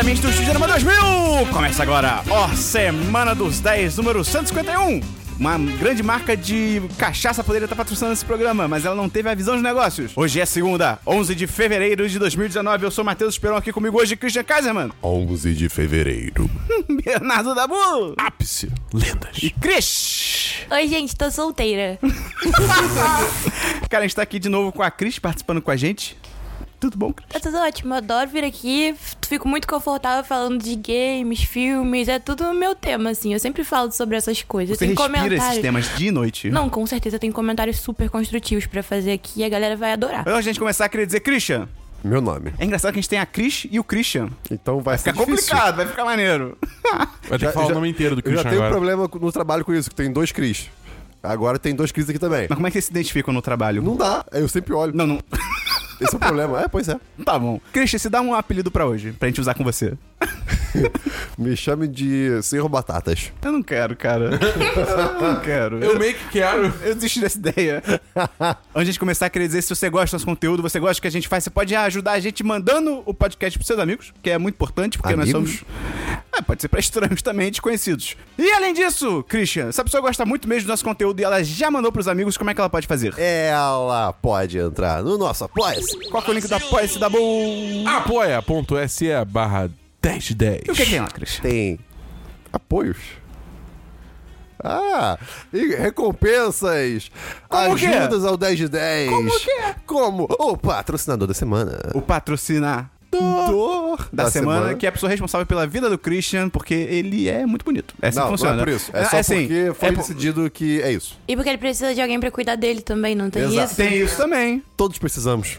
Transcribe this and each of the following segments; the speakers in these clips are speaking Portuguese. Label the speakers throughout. Speaker 1: ouvintes do Estúdio 2000! Começa agora, ó, Semana dos 10, número 151. Uma grande marca de cachaça poderia estar patrocinando esse programa, mas ela não teve a visão de negócios. Hoje é segunda, 11 de fevereiro de 2019. Eu sou Matheus Esperon, aqui comigo hoje Christian Kaiserman,
Speaker 2: 11 de fevereiro.
Speaker 1: Bernardo Dabu
Speaker 2: Ápice. Lendas.
Speaker 1: e Cris.
Speaker 3: Oi, gente, tô solteira.
Speaker 1: Cara, a gente tá aqui de novo com a Cris participando com a gente. Tudo bom, Cris?
Speaker 3: Tá tudo ótimo, eu adoro vir aqui. Fico muito confortável falando de games, filmes, é tudo meu tema, assim. Eu sempre falo sobre essas coisas.
Speaker 1: Você
Speaker 3: tem
Speaker 1: respira
Speaker 3: comentários.
Speaker 1: esses temas de noite.
Speaker 3: Não, com certeza tem comentários super construtivos pra fazer aqui e a galera vai adorar.
Speaker 1: Antes de a gente começar, queria dizer, Christian,
Speaker 2: Meu nome.
Speaker 1: é engraçado que a gente tem a Cris e o Christian.
Speaker 2: Então vai
Speaker 1: Fica
Speaker 2: ser difícil.
Speaker 1: complicado, vai ficar maneiro.
Speaker 4: Vai ter que falar o nome inteiro do
Speaker 2: Eu já
Speaker 4: Christian
Speaker 2: tenho
Speaker 4: agora.
Speaker 2: problema no trabalho com isso, que tem dois Cris. Agora tem dois Cris aqui também.
Speaker 1: Mas como é que vocês se identificam no trabalho?
Speaker 2: Não dá, eu sempre olho.
Speaker 1: Não, não.
Speaker 2: Esse é o problema. É, pois é.
Speaker 1: Tá bom. Christian, se dá um apelido pra hoje, pra gente usar com você.
Speaker 2: Me chame de Senhor Batatas.
Speaker 1: Eu não quero, cara. Eu não quero.
Speaker 4: Eu meio que quero.
Speaker 1: Eu desisto dessa ideia. Antes de começar, queria dizer, se você gosta do nosso conteúdo, você gosta do que a gente faz, você pode ajudar a gente mandando o podcast pros seus amigos, que é muito importante, porque nós
Speaker 2: Amigos?
Speaker 1: somos... É, pode ser pra estranhos também, desconhecidos. E além disso, Christian, se a pessoa gosta muito mesmo do nosso conteúdo e ela já mandou pros amigos, como é que ela pode fazer?
Speaker 2: Ela pode entrar no nosso apoia-se.
Speaker 1: Qual que é o link da Apoia-se da Boa?
Speaker 4: Apoia.se barra
Speaker 1: E o que é?
Speaker 4: 1010.
Speaker 1: tem lá, Christian?
Speaker 2: Tem apoios. Ah, e recompensas,
Speaker 1: Como o quê?
Speaker 2: ajudas ao 10 de 10. Como o quê? Como o patrocinador da semana.
Speaker 1: O patrocinar
Speaker 2: Dor
Speaker 1: da, semana, que é a pessoa responsável pela vida do Christian, porque ele é muito bonito. É assim
Speaker 2: não,
Speaker 1: que funciona.
Speaker 2: não é por isso. É só
Speaker 1: assim,
Speaker 2: porque foi
Speaker 1: é por-
Speaker 2: decidido que é isso.
Speaker 3: E porque ele precisa de alguém pra cuidar dele também, não tem
Speaker 2: Exato.
Speaker 3: isso?
Speaker 1: Tem isso também.
Speaker 2: Todos precisamos.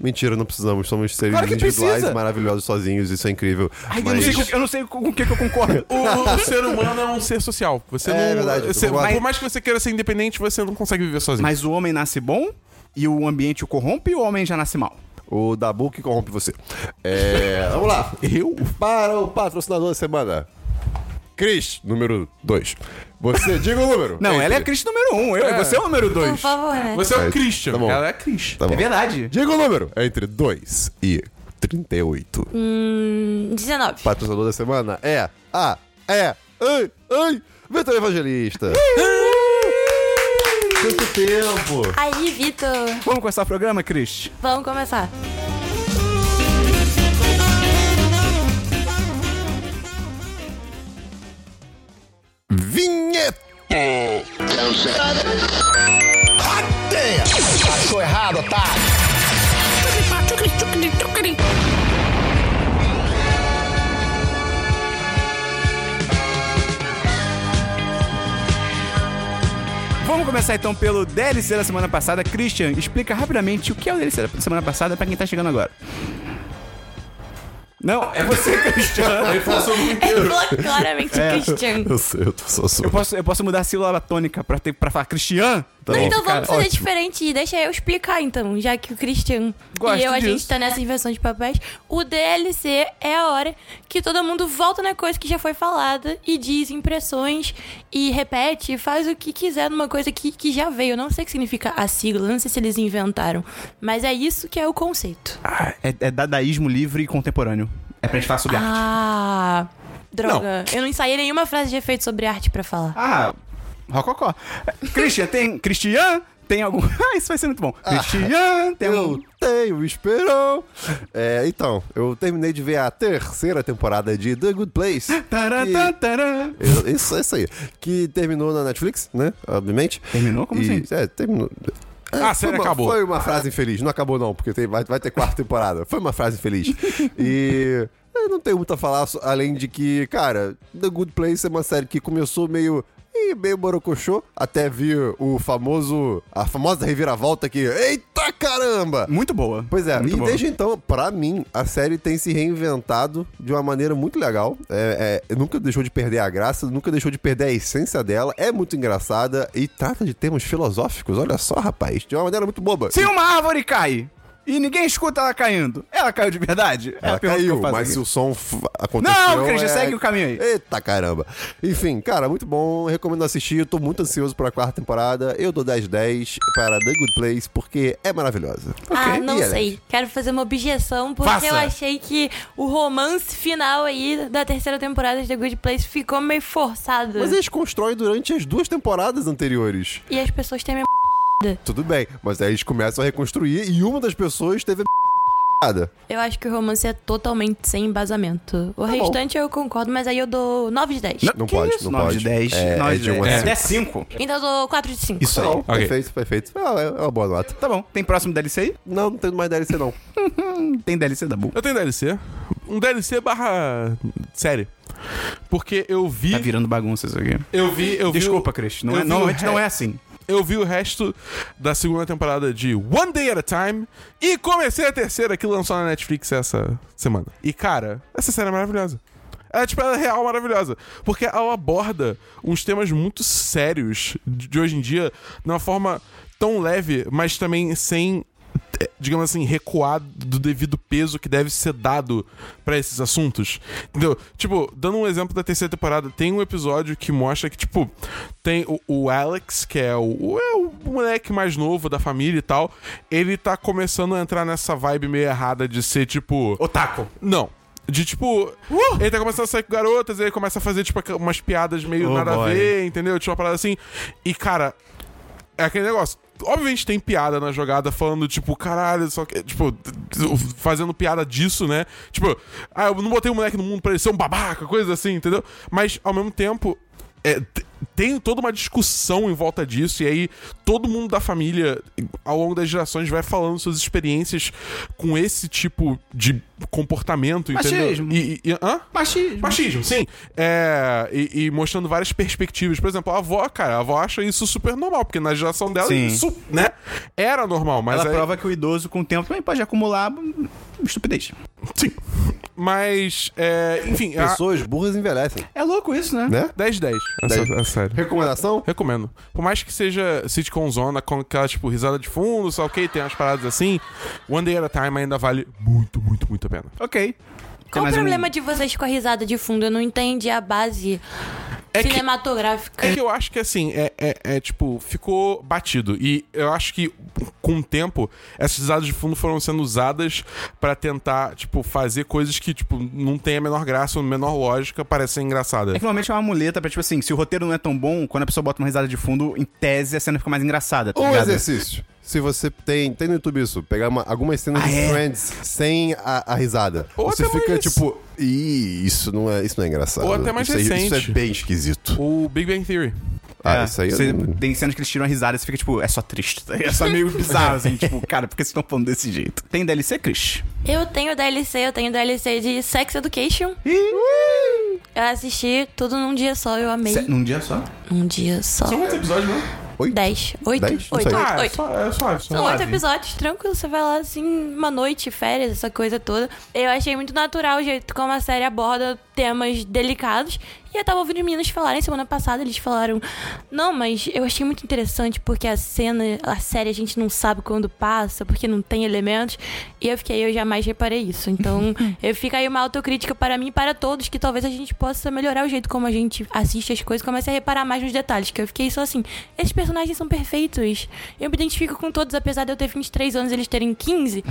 Speaker 2: Mentira, não precisamos. Somos seres
Speaker 1: Claro que
Speaker 2: individuais
Speaker 1: precisa.
Speaker 2: maravilhosos sozinhos. Isso é incrível.
Speaker 1: Ai, eu, não
Speaker 2: Mas
Speaker 1: sei com, eu não sei com o que, que eu concordo.
Speaker 4: O, o ser humano é um ser social. Você
Speaker 2: É
Speaker 4: não.
Speaker 2: verdade, eu
Speaker 4: você-
Speaker 2: concordo.
Speaker 4: por mais que você queira ser independente, você não consegue viver sozinho.
Speaker 1: Mas o homem nasce bom e o ambiente o corrompe e o homem já nasce mal.
Speaker 2: o Dabu que corrompe você. É, vamos lá. Eu? Para o patrocinador da semana. Cris, número 2. Você diga o número.
Speaker 1: Não,
Speaker 2: Entre.
Speaker 1: ela é a Cris número um, eu,
Speaker 4: É.
Speaker 1: você é o número
Speaker 3: Por
Speaker 1: dois.
Speaker 3: favor, né?
Speaker 4: Você é o
Speaker 2: É,
Speaker 4: Christian.
Speaker 2: tá bom.
Speaker 4: Ela é a Christian.
Speaker 2: Tá bom.
Speaker 1: É verdade.
Speaker 2: Diga o número. Entre 2 e 38.
Speaker 3: Hum, 19.
Speaker 2: Patrocinador da semana é a. É. Ai, ai. Vitor Evangelista. Quanto tempo.
Speaker 3: Aí, Vitor,
Speaker 1: Vamos começar o programa, Cris?
Speaker 3: vamos começar.
Speaker 2: Vinheta!
Speaker 1: Vamos começar então pelo DLC da semana passada. Christian, explica rapidamente o que é o DLC da semana passada pra quem tá chegando agora. Não, é você, Christian.
Speaker 4: Ele falou sobre o
Speaker 3: Ele
Speaker 4: inteiro.
Speaker 3: falou claramente
Speaker 1: É.
Speaker 3: Christian.
Speaker 2: Eu sei, eu tô só
Speaker 1: Eu
Speaker 2: zoando.
Speaker 1: posso, eu posso mudar a sílaba tônica pra, ter, pra falar Christian?
Speaker 2: Tá
Speaker 3: Não,
Speaker 2: bom,
Speaker 3: então
Speaker 2: cara,
Speaker 3: vamos fazer
Speaker 2: ótimo.
Speaker 3: diferente e deixa eu explicar então, já que o Christian
Speaker 1: Gosto
Speaker 3: e eu a
Speaker 1: disso.
Speaker 3: gente tá nessa inversão de papéis. O DLC é a hora que todo mundo volta na coisa que já foi falada e diz impressões e repete, e faz o que quiser numa coisa que, que já veio. Eu não sei o que significa a sigla, não sei se eles inventaram, mas é isso que é o conceito.
Speaker 1: Ah, é, é dadaísmo livre e contemporâneo. É pra gente falar sobre arte.
Speaker 3: Ah, droga. Eu não ensaiei nenhuma frase de efeito sobre arte pra falar.
Speaker 1: Ah, rococó. Christian, tem... Christian, tem algum... Ah, isso vai ser muito bom. Christian, tem algum...
Speaker 2: Eu tenho esperão. É, então, eu terminei de ver a terceira temporada de The Good Place.
Speaker 1: Tará,
Speaker 2: que-
Speaker 1: tá, tará.
Speaker 2: Eu- Isso, é isso aí. Que terminou na Netflix, né? Obviamente.
Speaker 1: Terminou? Como
Speaker 2: E-
Speaker 1: assim?
Speaker 2: É, terminou. É,
Speaker 4: Ah,
Speaker 2: foi
Speaker 4: a série
Speaker 2: uma-
Speaker 4: acabou.
Speaker 2: Foi uma frase infeliz. Não acabou, não, porque tem- vai, vai ter quarta temporada. Foi uma frase infeliz. E. Eu não tenho muito a falar, só- além de que, cara, The Good Place é uma série que começou meio. ih, meio borocochô, até vir o famoso. a famosa reviravolta que. Eita caramba!
Speaker 1: Muito boa.
Speaker 2: Pois é,
Speaker 1: muito
Speaker 2: e
Speaker 1: boa.
Speaker 2: desde então, pra mim, a série tem se reinventado de uma maneira muito legal. É, é, nunca deixou de perder a graça, nunca deixou de perder a essência dela. É muito engraçada e trata de temas filosóficos. Olha só, rapaz, de uma maneira muito boba.
Speaker 1: Se uma árvore cai e ninguém escuta ela caindo. Ela caiu de verdade? É a
Speaker 2: Ela
Speaker 1: pergunta que eu
Speaker 2: caiu,
Speaker 1: faço
Speaker 2: mas
Speaker 1: aqui.
Speaker 2: se o som f- aconteceu... é
Speaker 1: Não, Christian, segue o caminho aí.
Speaker 2: Eita caramba. Enfim, cara, muito bom. Recomendo assistir. Eu tô muito ansioso pra quarta temporada. Eu dou 10-10 para The Good Place, porque é maravilhosa.
Speaker 3: Ah,
Speaker 2: Ok?
Speaker 3: não
Speaker 2: E é ela-
Speaker 3: sei. Quero fazer uma objeção, porque
Speaker 1: Faça.
Speaker 3: eu achei que o romance final aí da terceira temporada de The Good Place ficou meio forçado.
Speaker 2: Mas eles constroem durante as duas temporadas anteriores.
Speaker 3: E as pessoas têm a
Speaker 2: Tudo bem, mas aí eles começam a reconstruir e uma das pessoas teve a
Speaker 3: Eu acho que o romance é totalmente sem embasamento. O restante eu concordo, mas aí eu dou 9 de 10.
Speaker 2: Não
Speaker 1: Que
Speaker 2: pode,
Speaker 1: isso?
Speaker 2: não
Speaker 1: 9
Speaker 2: pode.
Speaker 1: de 10.
Speaker 2: É,
Speaker 1: 9
Speaker 2: é
Speaker 1: de
Speaker 2: de um
Speaker 1: 10.
Speaker 2: a
Speaker 1: Até 5.
Speaker 3: Então eu dou 4 de 5.
Speaker 1: Isso aí.
Speaker 2: Não,
Speaker 1: Ok.
Speaker 2: perfeito, perfeito. Ah, É uma boa nota.
Speaker 1: Tá bom. Tem próximo DLC aí?
Speaker 2: Não, não tem mais DLC não.
Speaker 1: Tem DLC da Bull.
Speaker 4: Eu tenho DLC. Um DLC barra série. Porque eu vi.
Speaker 1: Tá virando bagunça isso aqui.
Speaker 4: eu vi, eu vi.
Speaker 1: Desculpa, Chris. Não
Speaker 4: eu
Speaker 1: é,
Speaker 4: vi
Speaker 1: normalmente
Speaker 4: o
Speaker 1: não
Speaker 4: re-
Speaker 1: é assim.
Speaker 4: Eu vi o resto da segunda temporada de One Day at a Time e comecei a terceira que lançou na Netflix essa semana. E cara, essa série é maravilhosa. Ela, tipo, ela é real maravilhosa. Porque ela aborda uns temas muito sérios de de hoje em dia de uma forma tão leve, mas também sem, eh, digamos assim, recuar do devido peso que deve ser dado pra esses assuntos. Entendeu? Tipo, dando um exemplo da terceira temporada, tem um episódio que mostra que, tipo, tem o, o Alex, que é o, o- é o moleque mais novo da família e tal, ele tá começando a entrar nessa vibe meio errada de ser, tipo.
Speaker 1: Otaku.
Speaker 4: Não. De tipo, ele tá começando a sair com garotas, ele começa a fazer, tipo, aqu- umas piadas meio
Speaker 1: Oh,
Speaker 4: nada
Speaker 1: boy.
Speaker 4: a ver, entendeu? Tipo, uma parada assim. E, cara, é aquele negócio. Obviamente tem piada na jogada falando, tipo, caralho, só que. Tipo, t- t- fazendo piada disso, né? Tipo, ah, eu não botei o moleque no mundo pra ele ser um babaca, coisa assim, entendeu? Mas, ao mesmo tempo. é, t- tem toda uma discussão em volta disso, e aí todo mundo da família, ao longo das gerações, vai falando suas experiências com esse tipo de comportamento,
Speaker 1: Machismo.
Speaker 4: entendeu? E, e, e, hã?
Speaker 1: Machismo.
Speaker 4: Machismo, sim. É, e, e mostrando várias perspectivas. Por exemplo, a avó, cara, a avó acha isso super normal, porque na geração dela
Speaker 1: Sim.
Speaker 4: isso, né? Era normal, mas é,
Speaker 1: Ela
Speaker 4: aí-
Speaker 1: prova que o idoso, com o tempo, também pode acumular hum, estupidez.
Speaker 4: Sim. Mas, é, enfim, a-
Speaker 2: Pessoas burras envelhecem,
Speaker 1: É louco isso, né?
Speaker 2: né?
Speaker 4: 10-10. Essa,
Speaker 2: 10.
Speaker 4: é sério.
Speaker 2: Recomendação?
Speaker 4: Recomendo. Por mais que seja sitcom zona, com aquela, tipo, risada de fundo, só ok, tem umas paradas assim, One Day at a Time ainda vale muito, muito, muito a pena.
Speaker 1: Ok.
Speaker 3: Qual o
Speaker 1: mais um-
Speaker 3: problema de vocês com a risada de fundo? Eu não entendi a base
Speaker 4: É que-
Speaker 3: cinematográfica.
Speaker 4: É que eu acho que assim, é, é- é, tipo, ficou batido. E eu acho que com o tempo, essas risadas de fundo foram sendo usadas pra tentar, tipo, fazer coisas que, tipo, não tem a menor graça ou a menor lógica, parece ser engraçada.
Speaker 1: É que normalmente é uma muleta pra, tipo assim, se o roteiro não é tão bom, quando a pessoa bota uma risada de fundo, em tese a cena fica mais engraçada, tá
Speaker 2: Um
Speaker 1: ligado?
Speaker 2: exercício. Se você tem. Tem no YouTube isso, pegar uma- algumas cenas
Speaker 1: Ah,
Speaker 2: de
Speaker 1: é?
Speaker 2: Friends sem a, a risada.
Speaker 4: Ou
Speaker 2: você
Speaker 4: até mais
Speaker 2: fica
Speaker 4: rec-
Speaker 2: tipo. Ih, isso não é, isso não é engraçado.
Speaker 4: Ou até mais
Speaker 2: isso, é- isso
Speaker 4: recente.
Speaker 2: é bem esquisito.
Speaker 4: O Big Bang Theory.
Speaker 2: Ah, isso aí. eu
Speaker 1: É. Você-
Speaker 2: não-
Speaker 1: Tem cenas que eles tiram a risada e você fica tipo, é só triste. tá ligado? É só meio bizarro, assim, tipo, cara, por que vocês estão falando desse jeito? Tem DLC, Chris?
Speaker 3: Eu tenho DLC, eu tenho DLC de Sex Education. Eu assisti tudo num dia só, eu amei.
Speaker 1: Cê- Num dia só?
Speaker 3: Num dia só.
Speaker 4: quantos episódios, mano?
Speaker 1: né?
Speaker 2: Oito?
Speaker 3: 10. 8?
Speaker 2: Dez?
Speaker 3: 8.
Speaker 2: Não sei.
Speaker 4: Ah, é
Speaker 3: 8.
Speaker 4: só- é
Speaker 3: São
Speaker 4: suave, suave.
Speaker 1: Suave.
Speaker 3: oito episódios, tranquilo, você vai lá assim, uma noite, férias, essa coisa toda. Eu achei muito natural o jeito como a série aborda temas delicados. E eu tava ouvindo os meninos falarem semana passada, eles falaram: Não, mas eu achei muito interessante porque a cena, a série a gente não sabe quando passa, porque não tem elementos. E eu fiquei, eu jamais reparei isso. Então, eu fico aí uma autocrítica para mim e para todos, que talvez a gente possa melhorar o jeito como a gente assiste as coisas, comece a reparar mais nos detalhes. Que eu fiquei só assim, esses personagens são perfeitos. Eu me identifico com todos, apesar de eu ter 23 anos e eles terem 15.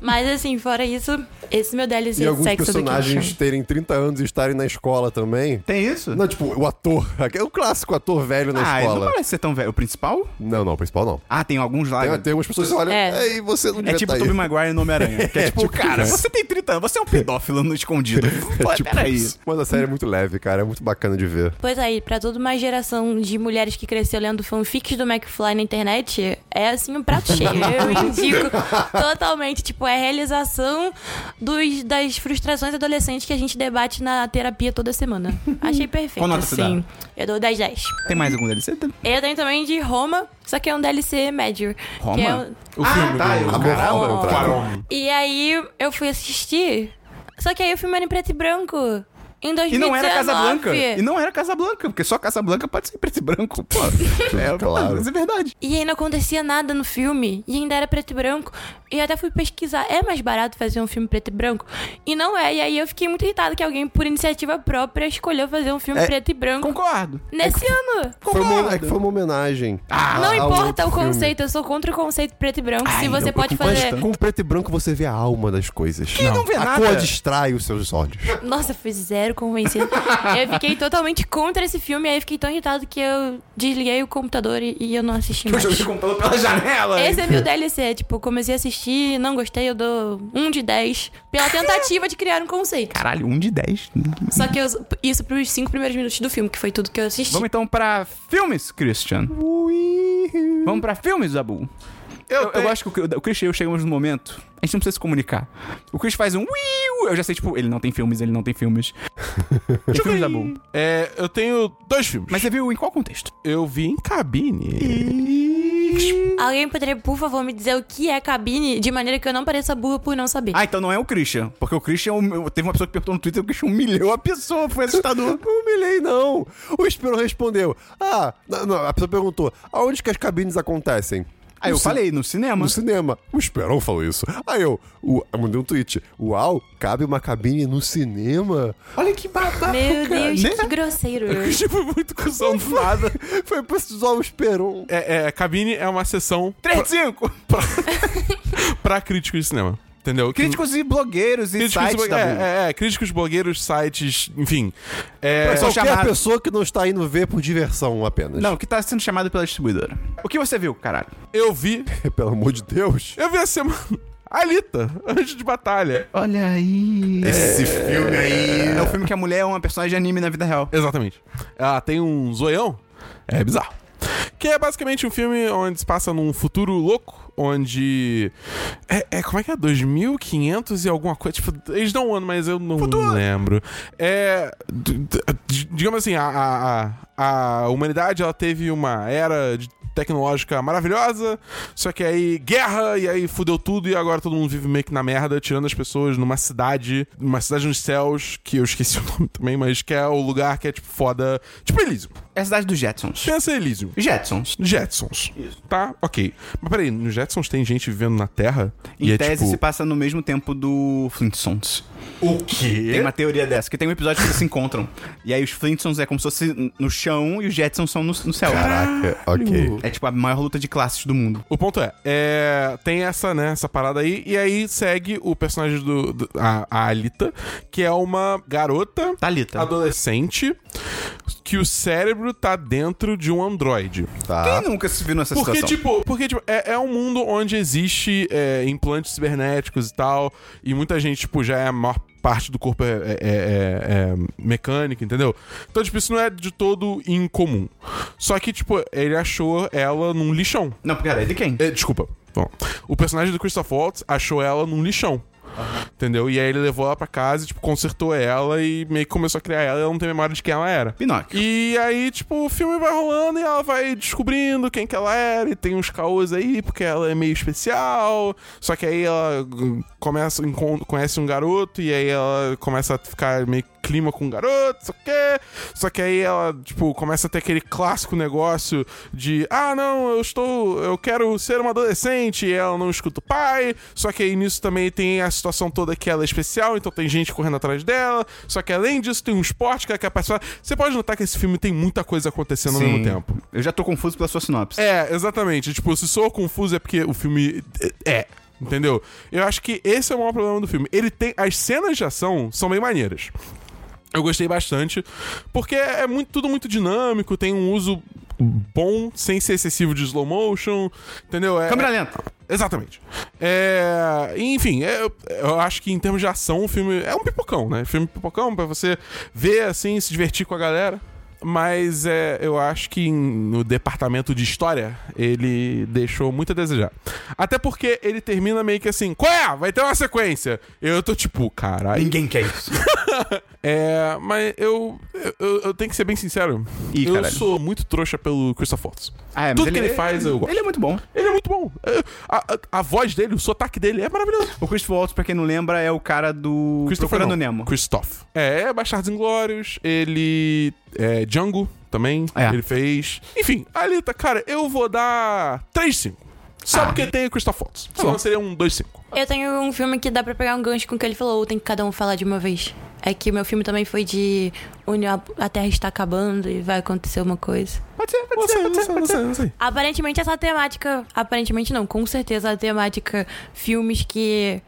Speaker 3: Mas assim, fora isso, esse meu DLC
Speaker 2: E
Speaker 3: é
Speaker 2: alguns
Speaker 3: Sex
Speaker 2: personagens
Speaker 3: Education.
Speaker 2: terem 30 anos e estarem na escola também.
Speaker 1: Tem isso?
Speaker 2: Não, tipo, o ator. É o clássico ator velho na
Speaker 1: ah, ele não
Speaker 2: escola.
Speaker 1: parece ser tão velho. O principal?
Speaker 2: Não, não, o principal não.
Speaker 1: Ah, tem alguns lá.
Speaker 2: Tem, tem algumas pessoas que olham.
Speaker 3: É.
Speaker 2: Ei, você não
Speaker 1: É
Speaker 2: devia
Speaker 1: tipo
Speaker 2: tá
Speaker 1: Tobey
Speaker 2: aí.
Speaker 1: Maguire no Homem-Aranha. Que é, tipo, cara, você tem 30 anos, você é um pedófilo no escondido. Pô,
Speaker 2: né?" tipo
Speaker 1: peraí.
Speaker 2: isso. Mas a série é muito leve, cara. É muito bacana de ver.
Speaker 3: Pois aí, pra toda uma geração de mulheres que cresceu lendo fanfics do McFly na internet, é assim um prato cheio. Eu indico totalmente, tipo, é a realização dos, das frustrações adolescentes que a gente debate na terapia toda semana. Achei perfeito.
Speaker 1: Qual nota você
Speaker 3: assim. Eu dou 10 10.
Speaker 1: Tem mais algum DLC?
Speaker 3: Eu tenho também de Roma, só que é um DLC médio. que
Speaker 1: Roma?
Speaker 3: é um-
Speaker 4: O filme
Speaker 1: tá, eu-
Speaker 4: do...
Speaker 2: A moral vai
Speaker 1: é um
Speaker 2: entrar.
Speaker 4: Quaron.
Speaker 3: E aí eu fui assistir, só que aí o filme era em preto e branco. Em 2019.
Speaker 1: E não era Casablanca. E não era Casablanca, porque só Casablanca pode ser preto e branco, pô. É,
Speaker 2: Claro.
Speaker 1: Mas é verdade.
Speaker 3: E aí não acontecia nada no filme. E ainda era preto e branco. E eu até fui pesquisar. É mais barato fazer um filme preto e branco? E não é. E aí eu fiquei muito irritada que alguém, por iniciativa própria, escolheu fazer um filme
Speaker 2: É,
Speaker 3: preto e branco
Speaker 1: Concordo. É
Speaker 3: nesse ano.
Speaker 2: Foi uma,
Speaker 1: Concordo.
Speaker 2: é que foi uma homenagem.
Speaker 1: Ah,
Speaker 3: não
Speaker 2: a um
Speaker 3: importa
Speaker 2: outro
Speaker 3: o
Speaker 2: filme.
Speaker 3: conceito. Eu sou contra o conceito preto e branco.
Speaker 1: Ai,
Speaker 3: se você
Speaker 1: não,
Speaker 3: pode
Speaker 1: eu concordo
Speaker 3: fazer.
Speaker 1: tanto.
Speaker 2: Com preto e branco você vê a alma das coisas. Quem
Speaker 1: não vê
Speaker 2: A
Speaker 1: nada?
Speaker 2: cor distrai os seus olhos.
Speaker 3: Nossa, eu fui zero convencida. eu fiquei totalmente contra esse filme. Aí eu fiquei tão irritada que eu desliguei o computador e, e eu não assisti
Speaker 1: Eu
Speaker 3: mais.
Speaker 1: joguei o computador pela janela.
Speaker 3: Esse é meu DLC, tipo, comecei a assistir, não gostei, eu dou um de 10 pela tentativa de criar um conceito.
Speaker 1: Caralho, um de 10.
Speaker 3: Só que eu, isso pros cinco primeiros minutos do filme, que foi tudo que eu assisti.
Speaker 1: Vamos então pra filmes, Christian. Vamos pra filmes, Zabu. Eu, eu
Speaker 4: tenho-
Speaker 1: acho que o, o Chris e eu chegamos no momento. A gente não precisa se comunicar. O Chris faz um. "Wiu", Eu já sei, tipo, ele não tem filmes, ele não tem filmes. tem filmes, Zabu.
Speaker 4: É, eu tenho dois filmes.
Speaker 1: Mas é- você viu em qual contexto?
Speaker 4: eu vi em cabine.
Speaker 3: Alguém poderia, por favor, me dizer o que é cabine, de maneira que eu não pareça burra por não saber.
Speaker 1: Ah, então não é o Christian. Porque o Christian. hum- Teve uma pessoa que perguntou no Twitter e o Christian humilhou a pessoa. Foi assustador.
Speaker 2: Não humilhei, não. O Espirão respondeu. Ah, não, não, a pessoa perguntou: aonde que as cabines acontecem?
Speaker 1: Aí Ah, eu
Speaker 2: No ci-
Speaker 1: falei, no cinema.
Speaker 2: No cinema. O Esperão falou isso. Aí eu, o, eu mandei um tweet. Uau, cabe uma cabine no cinema?
Speaker 1: Olha que babado.
Speaker 3: Meu Deus,
Speaker 1: né?
Speaker 3: que grosseiro.
Speaker 4: Tipo, muito cuzão do nada.
Speaker 2: Nada. Foi pra usar o Esperão.
Speaker 4: É, é, cabine é uma sessão
Speaker 1: 3 de 5.
Speaker 4: pra críticos de cinema. Entendeu? Que-
Speaker 1: Críticos e blogueiros e
Speaker 4: críticos
Speaker 1: sites,
Speaker 4: blo-
Speaker 1: Dabu.
Speaker 4: é, é, é, críticos, blogueiros, sites, enfim. É,
Speaker 1: Pessoal,
Speaker 2: Qualquer
Speaker 1: chamado.
Speaker 2: pessoa que não está indo ver por diversão apenas.
Speaker 1: Não, que tá sendo chamado pela distribuidora. O que você viu, caralho?
Speaker 4: eu vi.
Speaker 2: Pelo amor de Deus.
Speaker 4: Eu vi a semana. Alita, Anjo de Batalha.
Speaker 1: Olha aí.
Speaker 2: Esse filme aí.
Speaker 1: É o filme que a mulher é uma personagem de anime na vida real.
Speaker 4: Exatamente. Ela tem um zoião. É bizarro. Que é basicamente um filme onde se passa num futuro louco, onde. É, é- como é que é? 2500 e alguma coisa. Tipo, eles dão um ano, mas eu não lembro. É. d- d- d- Digamos assim, a, a, a- a humanidade ela teve uma era de- tecnológica maravilhosa, só que aí guerra, e aí fudeu tudo, e agora todo mundo vive meio que na merda, tirando as pessoas numa cidade, numa cidade nos céus, que eu esqueci o nome também, mas que é o lugar que é tipo foda. Tipo Elysium.
Speaker 1: É a cidade dos Jetsons.
Speaker 4: Pensa Elysium.
Speaker 1: Jetsons.
Speaker 4: Jetsons. Tá, ok. Mas peraí, nos Jetsons tem gente vivendo na Terra?
Speaker 1: Em
Speaker 4: e é
Speaker 1: tese,
Speaker 4: tipo...
Speaker 1: se passa no mesmo tempo do Flintstones.
Speaker 4: O
Speaker 1: Tem
Speaker 4: quê?
Speaker 1: uma teoria dessa, que tem um episódio que eles se encontram. E aí os Flintstones é como se fosse no chão e os Jetsons são no, no céu.
Speaker 2: Caraca, ok.
Speaker 1: É tipo a maior luta de classes do mundo.
Speaker 4: O ponto é, é, tem essa, né, essa parada aí, e aí segue o personagem do, do- a, a Alita, que é uma garota
Speaker 1: Thalita.
Speaker 4: adolescente que o cérebro tá dentro de um androide.
Speaker 2: Tá.
Speaker 1: Quem Ah, nunca se viu nessa
Speaker 4: Porque,
Speaker 1: situação?
Speaker 4: tipo, porque, tipo é, é um mundo onde existe é, implantes cibernéticos e tal, e muita gente, tipo, já é a maior parte do corpo é, é- é- é mecânica, entendeu? Então, tipo, isso não é de todo incomum. Só que, tipo, ele achou ela num lixão.
Speaker 1: Não, peraí, de quem?
Speaker 4: É, desculpa. Bom, o personagem do Christoph Waltz achou ela num lixão. Entendeu? E aí ele levou ela pra casa, e, tipo, consertou ela e meio que começou a criar ela e ela não tem memória de quem ela era.
Speaker 1: Pinóquio.
Speaker 4: E aí, tipo, o filme vai rolando e ela vai descobrindo quem que ela era e tem uns caôs aí, porque ela é meio especial. Só que aí ela hum, começa, encon- conhece um garoto e aí ela começa a ficar meio que clima com o garoto, só que só que aí ela, tipo, começa a ter aquele clássico negócio de ah, não, eu estou, eu quero ser uma adolescente e ela não escuta o pai, só que aí nisso também tem a situação toda que ela é especial, então tem gente correndo atrás dela, só que além disso tem um esporte que ela quer participar. Você pode notar que esse filme tem muita coisa acontecendo ao mesmo tempo.
Speaker 1: Eu já tô confuso pela sua sinopse.
Speaker 4: É, exatamente. Tipo, se sou confuso é porque o filme é. é, Entendeu? Eu acho que esse é o maior problema do filme. Ele tem. As cenas de ação são bem maneiras. Eu gostei bastante, porque é muito, tudo muito dinâmico, tem um uso bom, sem ser excessivo de slow motion, entendeu? É,
Speaker 1: Câmera lenta.
Speaker 4: Exatamente. É, enfim, é, eu- eu acho que em termos de ação, o filme é um pipocão, né? Filme pipocão pra você ver assim, se divertir com a galera. Mas é, eu acho que em- no departamento de história ele deixou muito a desejar. Até porque ele termina meio que assim: qual é? Vai ter uma sequência. Eu tô tipo, caralho.
Speaker 1: Ninguém quer isso.
Speaker 4: É, mas eu, eu, eu tenho que ser bem sincero.
Speaker 1: Ih,
Speaker 4: eu
Speaker 1: caralho.
Speaker 4: sou muito trouxa pelo Christopher Waltz.
Speaker 1: Ah, é, mas
Speaker 4: Tudo que ele faz, eu gosto.
Speaker 1: Ele é muito bom.
Speaker 4: Ele é muito bom. É, A, a- a voz dele, o sotaque dele é maravilhoso.
Speaker 1: O Christopher Waltz, pra quem não lembra, é o cara do
Speaker 4: Christopher
Speaker 1: Procurando
Speaker 4: não.
Speaker 1: Nemo.
Speaker 4: Christoph. É, Bastardos Inglórios, ele. É, Django também,
Speaker 1: É.
Speaker 4: ele fez. Enfim, Alita, cara, eu vou dar 3-5. Só
Speaker 1: Ah.
Speaker 4: porque tem o Christoph Waltz.
Speaker 1: Tá
Speaker 4: Senão seria um 2-5.
Speaker 3: Eu tenho um filme que dá pra pegar um gancho com o que ele falou, ou tem que cada um falar de uma vez. É que meu filme também foi de onde a a Terra está acabando e vai acontecer uma coisa.
Speaker 1: Pode ser, pode
Speaker 4: Não
Speaker 1: ser,
Speaker 4: sei,
Speaker 1: pode
Speaker 4: não
Speaker 1: ser,
Speaker 4: sei,
Speaker 1: pode
Speaker 4: não
Speaker 1: ser.
Speaker 4: sei, não sei.
Speaker 3: Aparentemente essa temática, aparentemente não, com certeza a temática filmes que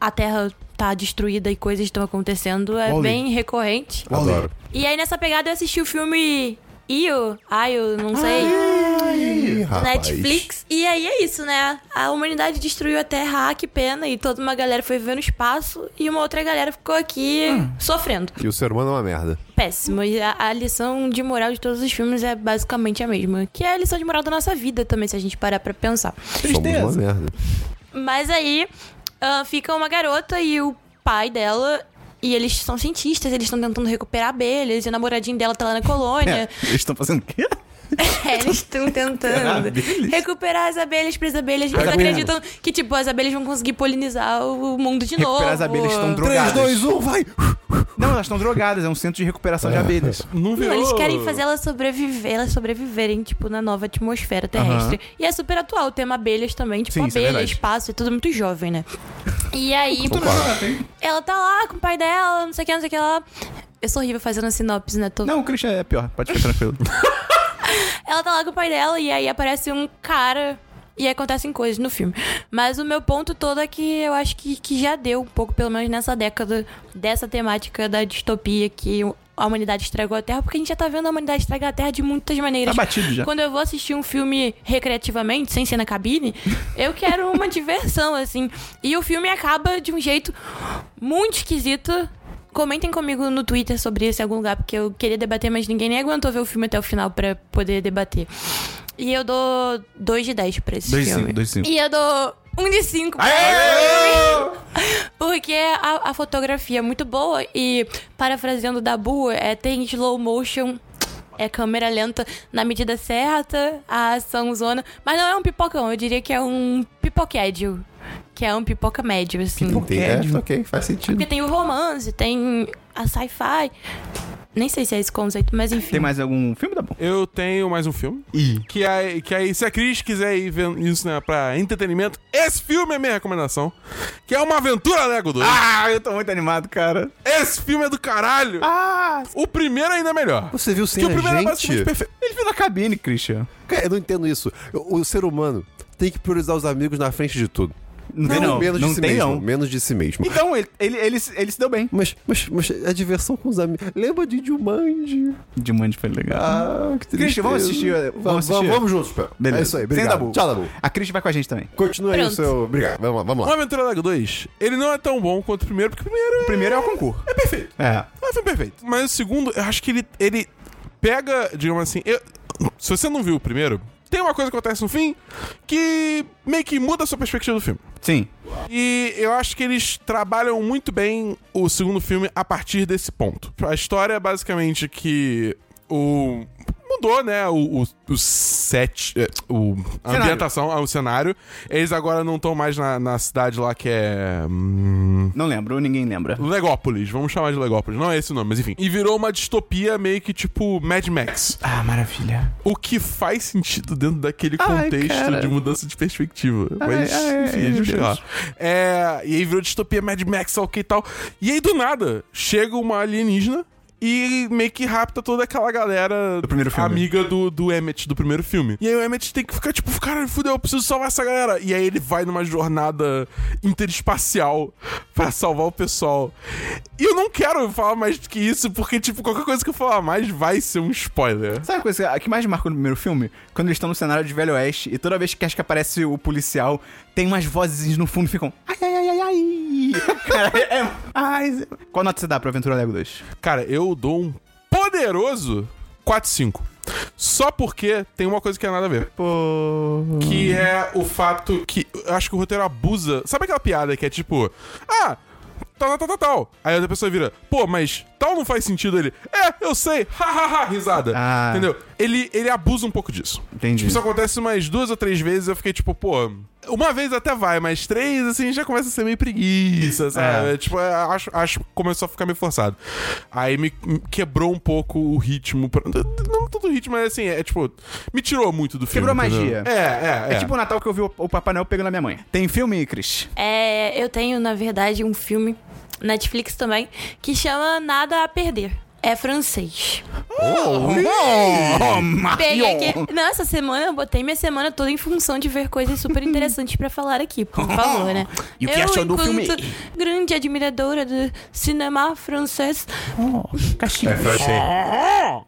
Speaker 3: a Terra tá destruída e coisas estão acontecendo é
Speaker 1: Wall-E.
Speaker 3: bem recorrente.
Speaker 2: Adoro.
Speaker 3: E aí nessa pegada eu assisti o filme Io, Io, não sei.
Speaker 2: Ih,
Speaker 3: do
Speaker 2: é? rapaz.
Speaker 3: Netflix. E aí é isso, né? A humanidade destruiu a Terra, ah, que pena. E toda uma galera foi viver no espaço e uma outra galera ficou aqui sofrendo.
Speaker 2: E o ser humano é uma merda.
Speaker 3: Péssimo. E a, a lição de moral de todos os filmes é basicamente a mesma. Que é a lição de moral da nossa vida também, se a gente parar pra pensar.
Speaker 2: Somos
Speaker 1: Tristeza.
Speaker 2: uma merda.
Speaker 3: Mas aí ah, fica uma garota e o pai dela. E eles são cientistas, eles estão tentando recuperar abelhas. E o namoradinho dela tá lá na colônia.
Speaker 1: É, eles estão fazendo o quê?
Speaker 3: É, eles estão
Speaker 1: É
Speaker 3: tentando
Speaker 1: Abelhas?
Speaker 3: recuperar as abelhas para as abelhas. Eles
Speaker 4: Pega
Speaker 3: acreditam que, tipo, as abelhas vão conseguir polinizar o mundo de novo.
Speaker 1: Recuperar as abelhas estão drogadas.
Speaker 2: 3, 2, 1, vai!
Speaker 1: Não, elas estão drogadas, é um centro de recuperação de abelhas.
Speaker 4: Não
Speaker 3: Não,
Speaker 4: virou.
Speaker 3: eles querem fazer elas sobreviver, elas sobreviverem, tipo, na nova atmosfera terrestre. E é super atual, o tema abelhas também, tipo,
Speaker 1: Sim, isso é
Speaker 3: abelha,
Speaker 1: verdade.
Speaker 3: espaço, é tudo muito jovem, né? E aí, ela tá lá com o pai dela, não sei o que, não sei o que lá. Eu sou horrível fazendo a sinopse, né? Tô
Speaker 1: Não, o Christian é pior, pode ficar tranquilo.
Speaker 3: Ela tá lá com o pai dela e aí aparece um cara e aí acontecem coisas no filme. Mas o meu ponto todo é que eu acho que, que já deu um pouco, pelo menos nessa década, dessa temática da distopia que a humanidade estragou a Terra, porque a gente já tá vendo a humanidade estragar a Terra de muitas maneiras.
Speaker 1: Tá batido já.
Speaker 3: Quando eu vou assistir um filme recreativamente, sem ser na cabine, eu quero uma diversão, assim. E o filme acaba de um jeito muito esquisito. Comentem comigo no Twitter sobre isso em algum lugar, porque eu queria debater, mas ninguém nem aguentou ver o filme até o final pra poder debater. E eu dou 2 de 10 pra esse
Speaker 1: Dois de
Speaker 3: filme.
Speaker 1: cinco, dois de cinco.
Speaker 3: né? E eu dou 1 um de 5 pra porque a, a fotografia é muito boa e, parafraseando da Dabu, é, tem slow motion, é câmera lenta na medida certa, a ação zona. Mas não é um pipocão, eu diria que é um pipoquédio. Que é um pipoca médio, assim.
Speaker 2: Entendi. É, ok, faz sentido.
Speaker 3: Porque tem o romance, tem a sci-fi. Nem sei se é esse conceito, mas enfim.
Speaker 1: Tem mais algum filme? Tá bom.
Speaker 4: Eu tenho mais um filme.
Speaker 1: Ih.
Speaker 4: Que aí, que aí, se a Cris quiser ir ver isso né, pra entretenimento, esse filme é minha recomendação. Que é uma aventura Lego 2.
Speaker 1: Ah, eu tô muito animado, cara.
Speaker 4: Esse filme é do caralho.
Speaker 1: Ah,
Speaker 4: O primeiro ainda é melhor.
Speaker 2: Você viu sem
Speaker 4: Que o primeiro é
Speaker 2: a
Speaker 4: basicamente
Speaker 2: gente?
Speaker 4: perfeito.
Speaker 1: ele viu na cabine, Christian.
Speaker 2: Cara, eu não entendo isso. O, o ser humano tem que priorizar os amigos na frente de tudo.
Speaker 1: Não, tem não.
Speaker 2: menos
Speaker 1: não
Speaker 2: de si
Speaker 1: tem
Speaker 2: mesmo.
Speaker 1: não.
Speaker 2: Menos de si mesmo.
Speaker 1: Então, ele, ele, ele, ele se deu bem.
Speaker 2: Mas, mas, mas a diversão com os amigos. Lembra de Jumanji?
Speaker 1: De Mande foi legal.
Speaker 2: Ah, que
Speaker 1: Christian, vamos assistir, vamos assistir?
Speaker 2: vamos juntos, pé. É isso aí,
Speaker 1: Sem
Speaker 2: obrigado.
Speaker 1: Dabu.
Speaker 2: Tchau, Dabu.
Speaker 1: A Cris vai com a gente também.
Speaker 2: Continua aí o
Speaker 3: Pronto.
Speaker 2: seu... Obrigado. Vamos lá, vamos
Speaker 4: O
Speaker 2: lá.
Speaker 4: Aventura Lego 2, ele não é tão bom quanto o primeiro, porque o primeiro é...
Speaker 1: O primeiro é o concurso.
Speaker 4: é perfeito.
Speaker 1: É.
Speaker 4: É um filme perfeito. Mas o segundo, eu acho que ele, ele pega, digamos assim... eu- se você não viu o primeiro, tem uma coisa que acontece no fim que meio que muda a sua perspectiva do filme.
Speaker 1: Sim.
Speaker 4: E eu acho que eles trabalham muito bem o segundo filme a partir desse ponto. A história é basicamente que o. Mudou, né? O, o, o set. é, O, a
Speaker 1: Cenário.
Speaker 4: ambientação, ah, o cenário. Eles agora não estão mais na, na cidade lá que é. hum,
Speaker 1: Não lembro, ninguém lembra.
Speaker 4: Legópolis, vamos chamar de Legópolis. Não é esse o nome, mas enfim. E virou uma distopia meio que tipo Mad Max.
Speaker 1: Ah, maravilha.
Speaker 4: O que faz sentido dentro daquele
Speaker 1: Ai,
Speaker 4: contexto
Speaker 1: cara.
Speaker 4: de mudança de perspectiva.
Speaker 1: Ai,
Speaker 4: Mas,
Speaker 1: ai,
Speaker 4: enfim,
Speaker 1: ai,
Speaker 4: a gente
Speaker 1: meu
Speaker 4: chega lá.
Speaker 1: Deus.
Speaker 4: É, e aí virou distopia Mad Max, ok e tal. E aí, do nada, chega uma alienígena e meio que rapta toda aquela galera
Speaker 1: Do primeiro filme.
Speaker 4: amiga do, do Emmett, do primeiro filme. E aí o Emmett tem que ficar tipo, cara, fudeu, eu preciso salvar essa galera. E aí ele vai numa jornada interespacial pra salvar o pessoal. E eu não quero falar mais do que isso, porque, tipo, qualquer coisa que eu falar mais vai ser um spoiler.
Speaker 1: Sabe a coisa que mais marcou no primeiro filme? Quando eles estão no cenário de Velho Oeste e toda vez que acho que aparece o policial, tem umas vozes no fundo e ficam. Ai, ai, ai, ai, ai. Cara, é. Ai, Qual nota você dá pra Aventura Lego 2?
Speaker 4: Cara, eu dou um poderoso 4 e 5. Só porque tem uma coisa que é nada a ver.
Speaker 1: Pô.
Speaker 4: Que é o fato que. eu acho que o roteiro abusa. Sabe aquela piada que é tipo. Ah! Tal, tal, tal, tal, tal. Aí outra pessoa vira, pô, mas tal não faz sentido ele. É, eu sei, hahaha, risada.
Speaker 1: Ah.
Speaker 4: Entendeu? Ele, ele abusa um pouco disso.
Speaker 1: Entendi.
Speaker 4: Tipo, isso acontece umas duas ou três vezes, eu fiquei tipo, pô. Uma vez até vai, mas três, assim, já começa a ser meio preguiça, sabe?
Speaker 1: É.
Speaker 4: Tipo, é, acho, acho que começou a ficar meio forçado. Aí me me quebrou um pouco o ritmo. pra- Não todo o ritmo, mas assim, é tipo, me tirou muito do filme.
Speaker 1: Quebrou a
Speaker 4: entendeu?
Speaker 1: magia.
Speaker 4: É, é, é.
Speaker 1: É tipo o Natal que eu vi o, o Papai Noel pegando a minha mãe. Tem filme, Cris?
Speaker 3: É, eu tenho, na verdade, um filme, Netflix também, que chama Nada a Perder. É francês.
Speaker 1: Oh,
Speaker 3: Peguei
Speaker 1: Marion!
Speaker 3: aqui. Não, essa semana eu botei minha semana toda em função de ver coisas super interessantes pra falar aqui, por favor, né?
Speaker 1: E o que achou do filme?
Speaker 3: enquanto Grande admiradora do cinema francês.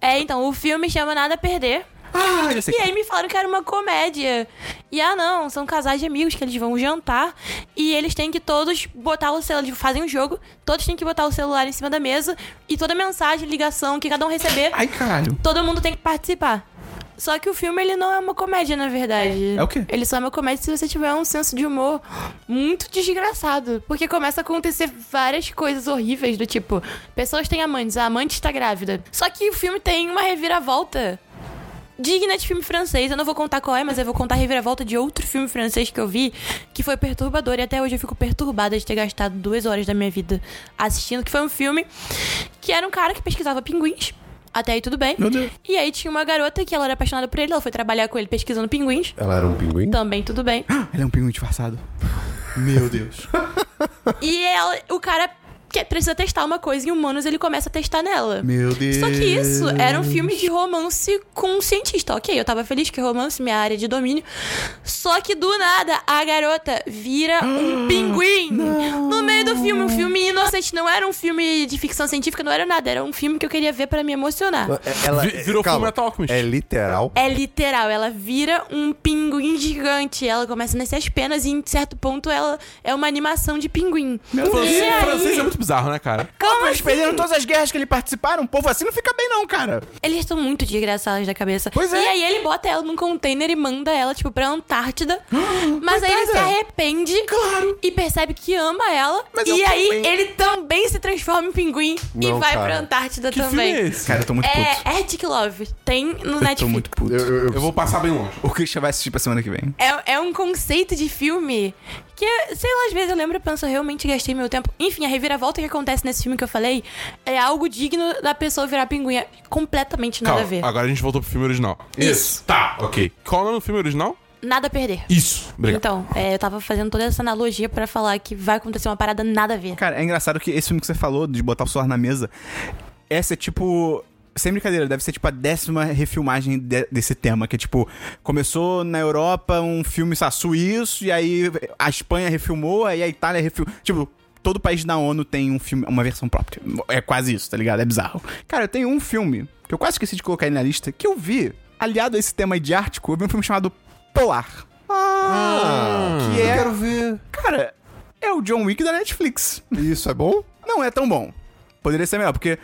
Speaker 3: É, então, o filme chama Nada a Perder.
Speaker 1: Ah, já sei.
Speaker 3: E aí me falaram que era uma comédia. E ah, não, são casais de amigos que eles vão jantar e eles têm que todos botar o celular, fazem um jogo, todos têm que botar o celular em cima da mesa e toda mensagem, ligação que cada um receber,
Speaker 1: Ai, caralho.
Speaker 3: todo mundo tem que participar. Só que o filme ele não é uma comédia, na verdade.
Speaker 1: É o quê?
Speaker 3: Ele só é uma comédia se você tiver um senso de humor muito desgraçado, porque começa a acontecer várias coisas horríveis do tipo, pessoas têm amantes, a amante está grávida. Só que o filme tem uma reviravolta digna de filme francês. Eu não vou contar qual é, mas eu vou contar a reviravolta de outro filme francês que eu vi, que foi perturbador. E até hoje eu fico perturbada de ter gastado duas horas da minha vida assistindo, que foi um filme que era um cara que pesquisava pinguins. Até aí tudo bem.
Speaker 1: Meu Deus.
Speaker 3: E aí tinha uma garota que ela era apaixonada por ele, ela foi trabalhar com ele pesquisando pinguins.
Speaker 2: Ela era um pinguim?
Speaker 3: Também tudo bem.
Speaker 1: Ele é um pinguim disfarçado. Meu Deus.
Speaker 3: E ela- o cara que precisa testar uma coisa em humanos, ele começa a testar nela.
Speaker 1: Meu Deus.
Speaker 3: Só que isso era um filme de romance com um cientista. Ok, eu tava feliz que romance, minha área de domínio. Só que do nada, a garota vira
Speaker 4: Ah,
Speaker 3: um pinguim no meio do filme. Um filme inocente. Não era um filme de ficção científica, não era nada. Era um filme que eu queria ver pra me emocionar.
Speaker 2: É- Ela,
Speaker 4: Vi- virou
Speaker 2: calma,
Speaker 4: Full Metal Alchemist.
Speaker 2: É literal?
Speaker 3: É literal, ela vira um pinguim gigante. Ela começa a nascer as penas e em certo ponto ela é uma animação de pinguim.
Speaker 1: Meu Deus.
Speaker 3: E
Speaker 4: Francês,
Speaker 3: aí?
Speaker 4: francês é muito bizarro, né, cara?
Speaker 3: Como assim?
Speaker 1: Eles perderam todas as guerras que ele participaram. Um povo assim não fica bem, não, cara.
Speaker 3: Eles estão muito desgraçados da cabeça.
Speaker 1: Pois é.
Speaker 3: E aí ele bota ela num container e manda ela, tipo, pra Antártida. Mas aí ele
Speaker 1: Ah,
Speaker 3: se
Speaker 1: coitada.
Speaker 3: arrepende
Speaker 1: Claro.
Speaker 3: e percebe que ama ela.
Speaker 1: Mas é
Speaker 3: e
Speaker 1: um
Speaker 3: aí
Speaker 1: pinguim.
Speaker 3: ele também se transforma em pinguim e
Speaker 2: Não,
Speaker 3: vai
Speaker 2: cara.
Speaker 3: pra Antártida
Speaker 4: Que filme
Speaker 3: também.
Speaker 4: é esse?
Speaker 1: Cara, eu tô muito puto.
Speaker 3: é Arctic Love. Tem no
Speaker 1: Eu tô
Speaker 3: Netflix.
Speaker 1: muito puto.
Speaker 2: Eu, eu- eu-
Speaker 4: Eu vou passar bem longe.
Speaker 1: O Christian vai assistir pra semana que vem.
Speaker 3: É, é um conceito de filme que, sei lá, às vezes eu lembro e penso, eu realmente gastei meu tempo. Enfim, a reviravolta que acontece nesse filme que eu falei é algo digno da pessoa virar pinguim. É completamente nada
Speaker 4: Calma,
Speaker 3: a ver.
Speaker 4: agora a gente voltou pro filme original.
Speaker 3: Isso.
Speaker 4: Tá, ok. Qual é o nome do filme original?
Speaker 3: Nada a perder.
Speaker 4: Isso. Obrigado.
Speaker 3: Então, é, eu tava fazendo toda essa analogia pra falar que vai acontecer uma parada nada a ver.
Speaker 1: Cara, é engraçado que esse filme que você falou, de botar o celular na mesa, essa é tipo. Sem brincadeira, deve ser tipo a décima refilmagem de- desse tema, que é tipo, começou na Europa um filme sei lá, suíço, e aí a Espanha refilmou, aí a Itália refilmou. Tipo, todo país da ONU tem um filme, uma versão própria. É quase isso, tá ligado? É bizarro. Cara, eu tenho um filme, que eu quase esqueci de colocar ele na lista, que eu vi, aliado a esse tema aí de Ártico, eu vi um filme chamado Polar.
Speaker 2: Ah,
Speaker 1: que é-
Speaker 2: Eu quero ver.
Speaker 1: Cara, é o John Wick da Netflix.
Speaker 2: Isso é bom?
Speaker 1: não é tão bom. Poderia ser melhor, porque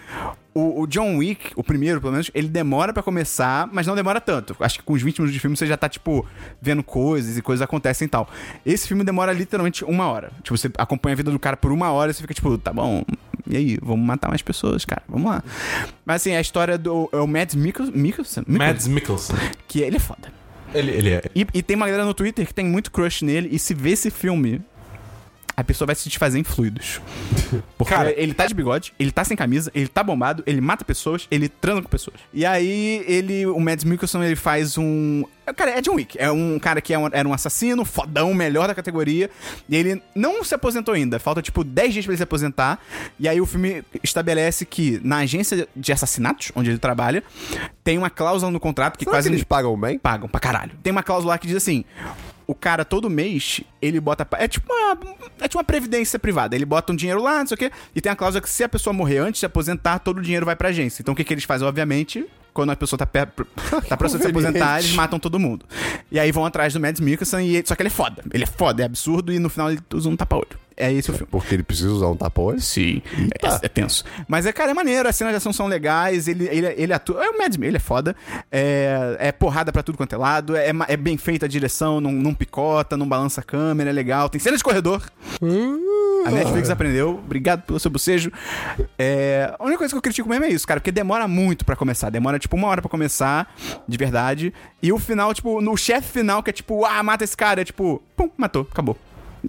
Speaker 1: o, o John Wick, o primeiro, pelo menos, ele demora pra começar, mas não demora tanto. Acho que com os 20 minutos de filme você já tá, tipo, vendo coisas e coisas acontecem e tal. Esse filme demora literalmente uma hora. Tipo, você acompanha a vida do cara por uma hora e você fica, tipo, tá bom, e aí, vamos matar mais pessoas, cara, vamos lá. Mas assim, a história do. É o Mads Mikkelsen, Mikkelsen,
Speaker 3: Então,
Speaker 4: Mads Mikkelsen.
Speaker 1: que ele é foda.
Speaker 4: Ele, ele é.
Speaker 1: E, e tem uma galera no Twitter que tem muito crush nele, e se vê esse filme, a pessoa vai se desfazer em fluidos. Porque
Speaker 4: Cara-
Speaker 1: ele tá de bigode, ele tá sem camisa, ele tá bombado, ele mata pessoas, ele transa com pessoas. E aí, ele, o Mads Mikkelsen, ele faz um... Cara, é John Wick. É um cara que é um- era um assassino, fodão, melhor da categoria. E ele não se aposentou ainda. Falta, tipo, 10 dias pra ele se aposentar. E aí, o filme estabelece que na agência de assassinatos, onde ele trabalha, tem uma cláusula no contrato que
Speaker 2: Será
Speaker 1: quase...
Speaker 2: que eles pagam bem?
Speaker 1: Pagam pra caralho. Tem uma cláusula lá que diz assim: o cara todo mês, ele bota. pa- É tipo uma. É tipo uma previdência privada. Ele bota um dinheiro lá, não sei o quê. E tem a cláusula que se a pessoa morrer antes de se aposentar, todo o dinheiro vai pra agência. Então o que, que eles fazem? Obviamente. Quando a pessoa tá, pé, tá próxima de se aposentar,
Speaker 2: Conveniente.
Speaker 1: eles matam todo mundo. E aí vão atrás do Mads Mikkelsen, e ele- só que ele é foda. Ele é foda, é absurdo, e no final ele usa um tapa-olho. É esse o filme.
Speaker 2: Porque ele precisa usar um tapão.
Speaker 1: Sim, é, é tenso. Mas é, cara, é maneiro, as cenas de ação são legais, ele, ele, ele atua. É o Mad Men, ele é foda. É, é porrada pra tudo quanto é lado, é, ma- é bem feita a direção, não, não picota, não balança a câmera, é legal. Tem cena de corredor. A Netflix aprendeu, obrigado pelo seu bocejo. É, a única coisa que eu critico mesmo é isso, cara, porque demora muito pra começar. Demora tipo uma hora pra começar, de verdade. E o final, tipo, no chefe final, que é tipo, ah, mata esse cara, é tipo, pum, matou, acabou.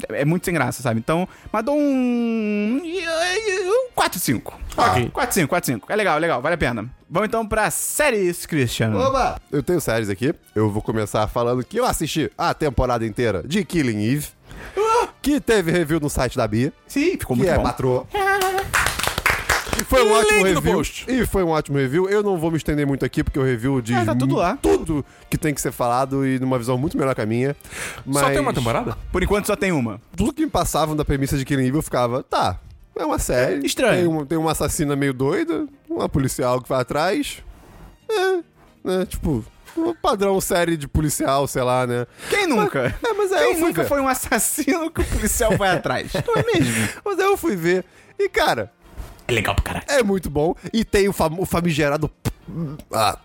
Speaker 1: É muito sem graça, sabe? Então, mas dou um. um 4, 5.
Speaker 4: Ok.
Speaker 1: 4, 5, 4, 5. É legal, legal, vale a pena. Vamos então pra séries, Christian.
Speaker 2: Oba! Eu tenho séries aqui. Eu vou começar falando que eu assisti a temporada inteira de Killing Eve. Que teve review no site da Bia.
Speaker 1: Sim, ficou
Speaker 2: que
Speaker 1: muito
Speaker 2: é
Speaker 1: bom.
Speaker 2: patroa. E foi um ótimo
Speaker 4: Link no
Speaker 2: review.
Speaker 4: post.
Speaker 2: E foi um ótimo review. Eu não vou me estender muito aqui, porque o review diz
Speaker 1: É, tá tudo lá.
Speaker 2: tudo que tem que ser falado e numa visão muito melhor que a minha. Mas
Speaker 4: Só tem uma temporada?
Speaker 1: Por enquanto só tem uma.
Speaker 2: Tudo que me passavam da premissa de Killing Eve, eu ficava, tá, é uma série.
Speaker 1: Estranho.
Speaker 2: Tem uma, tem uma assassina meio doida, uma policial que vai atrás. É, né, tipo, um padrão série de policial, sei lá, né?
Speaker 1: Quem nunca?
Speaker 2: É, mas aí
Speaker 1: Quem
Speaker 2: eu fui
Speaker 1: nunca
Speaker 2: ver.
Speaker 1: foi um assassino que o policial vai atrás? Não é mesmo?
Speaker 2: Mas aí eu fui ver. E, cara,
Speaker 1: É legal pra caralho.
Speaker 2: É muito bom. E tem o, fam- o famigerado. Ah,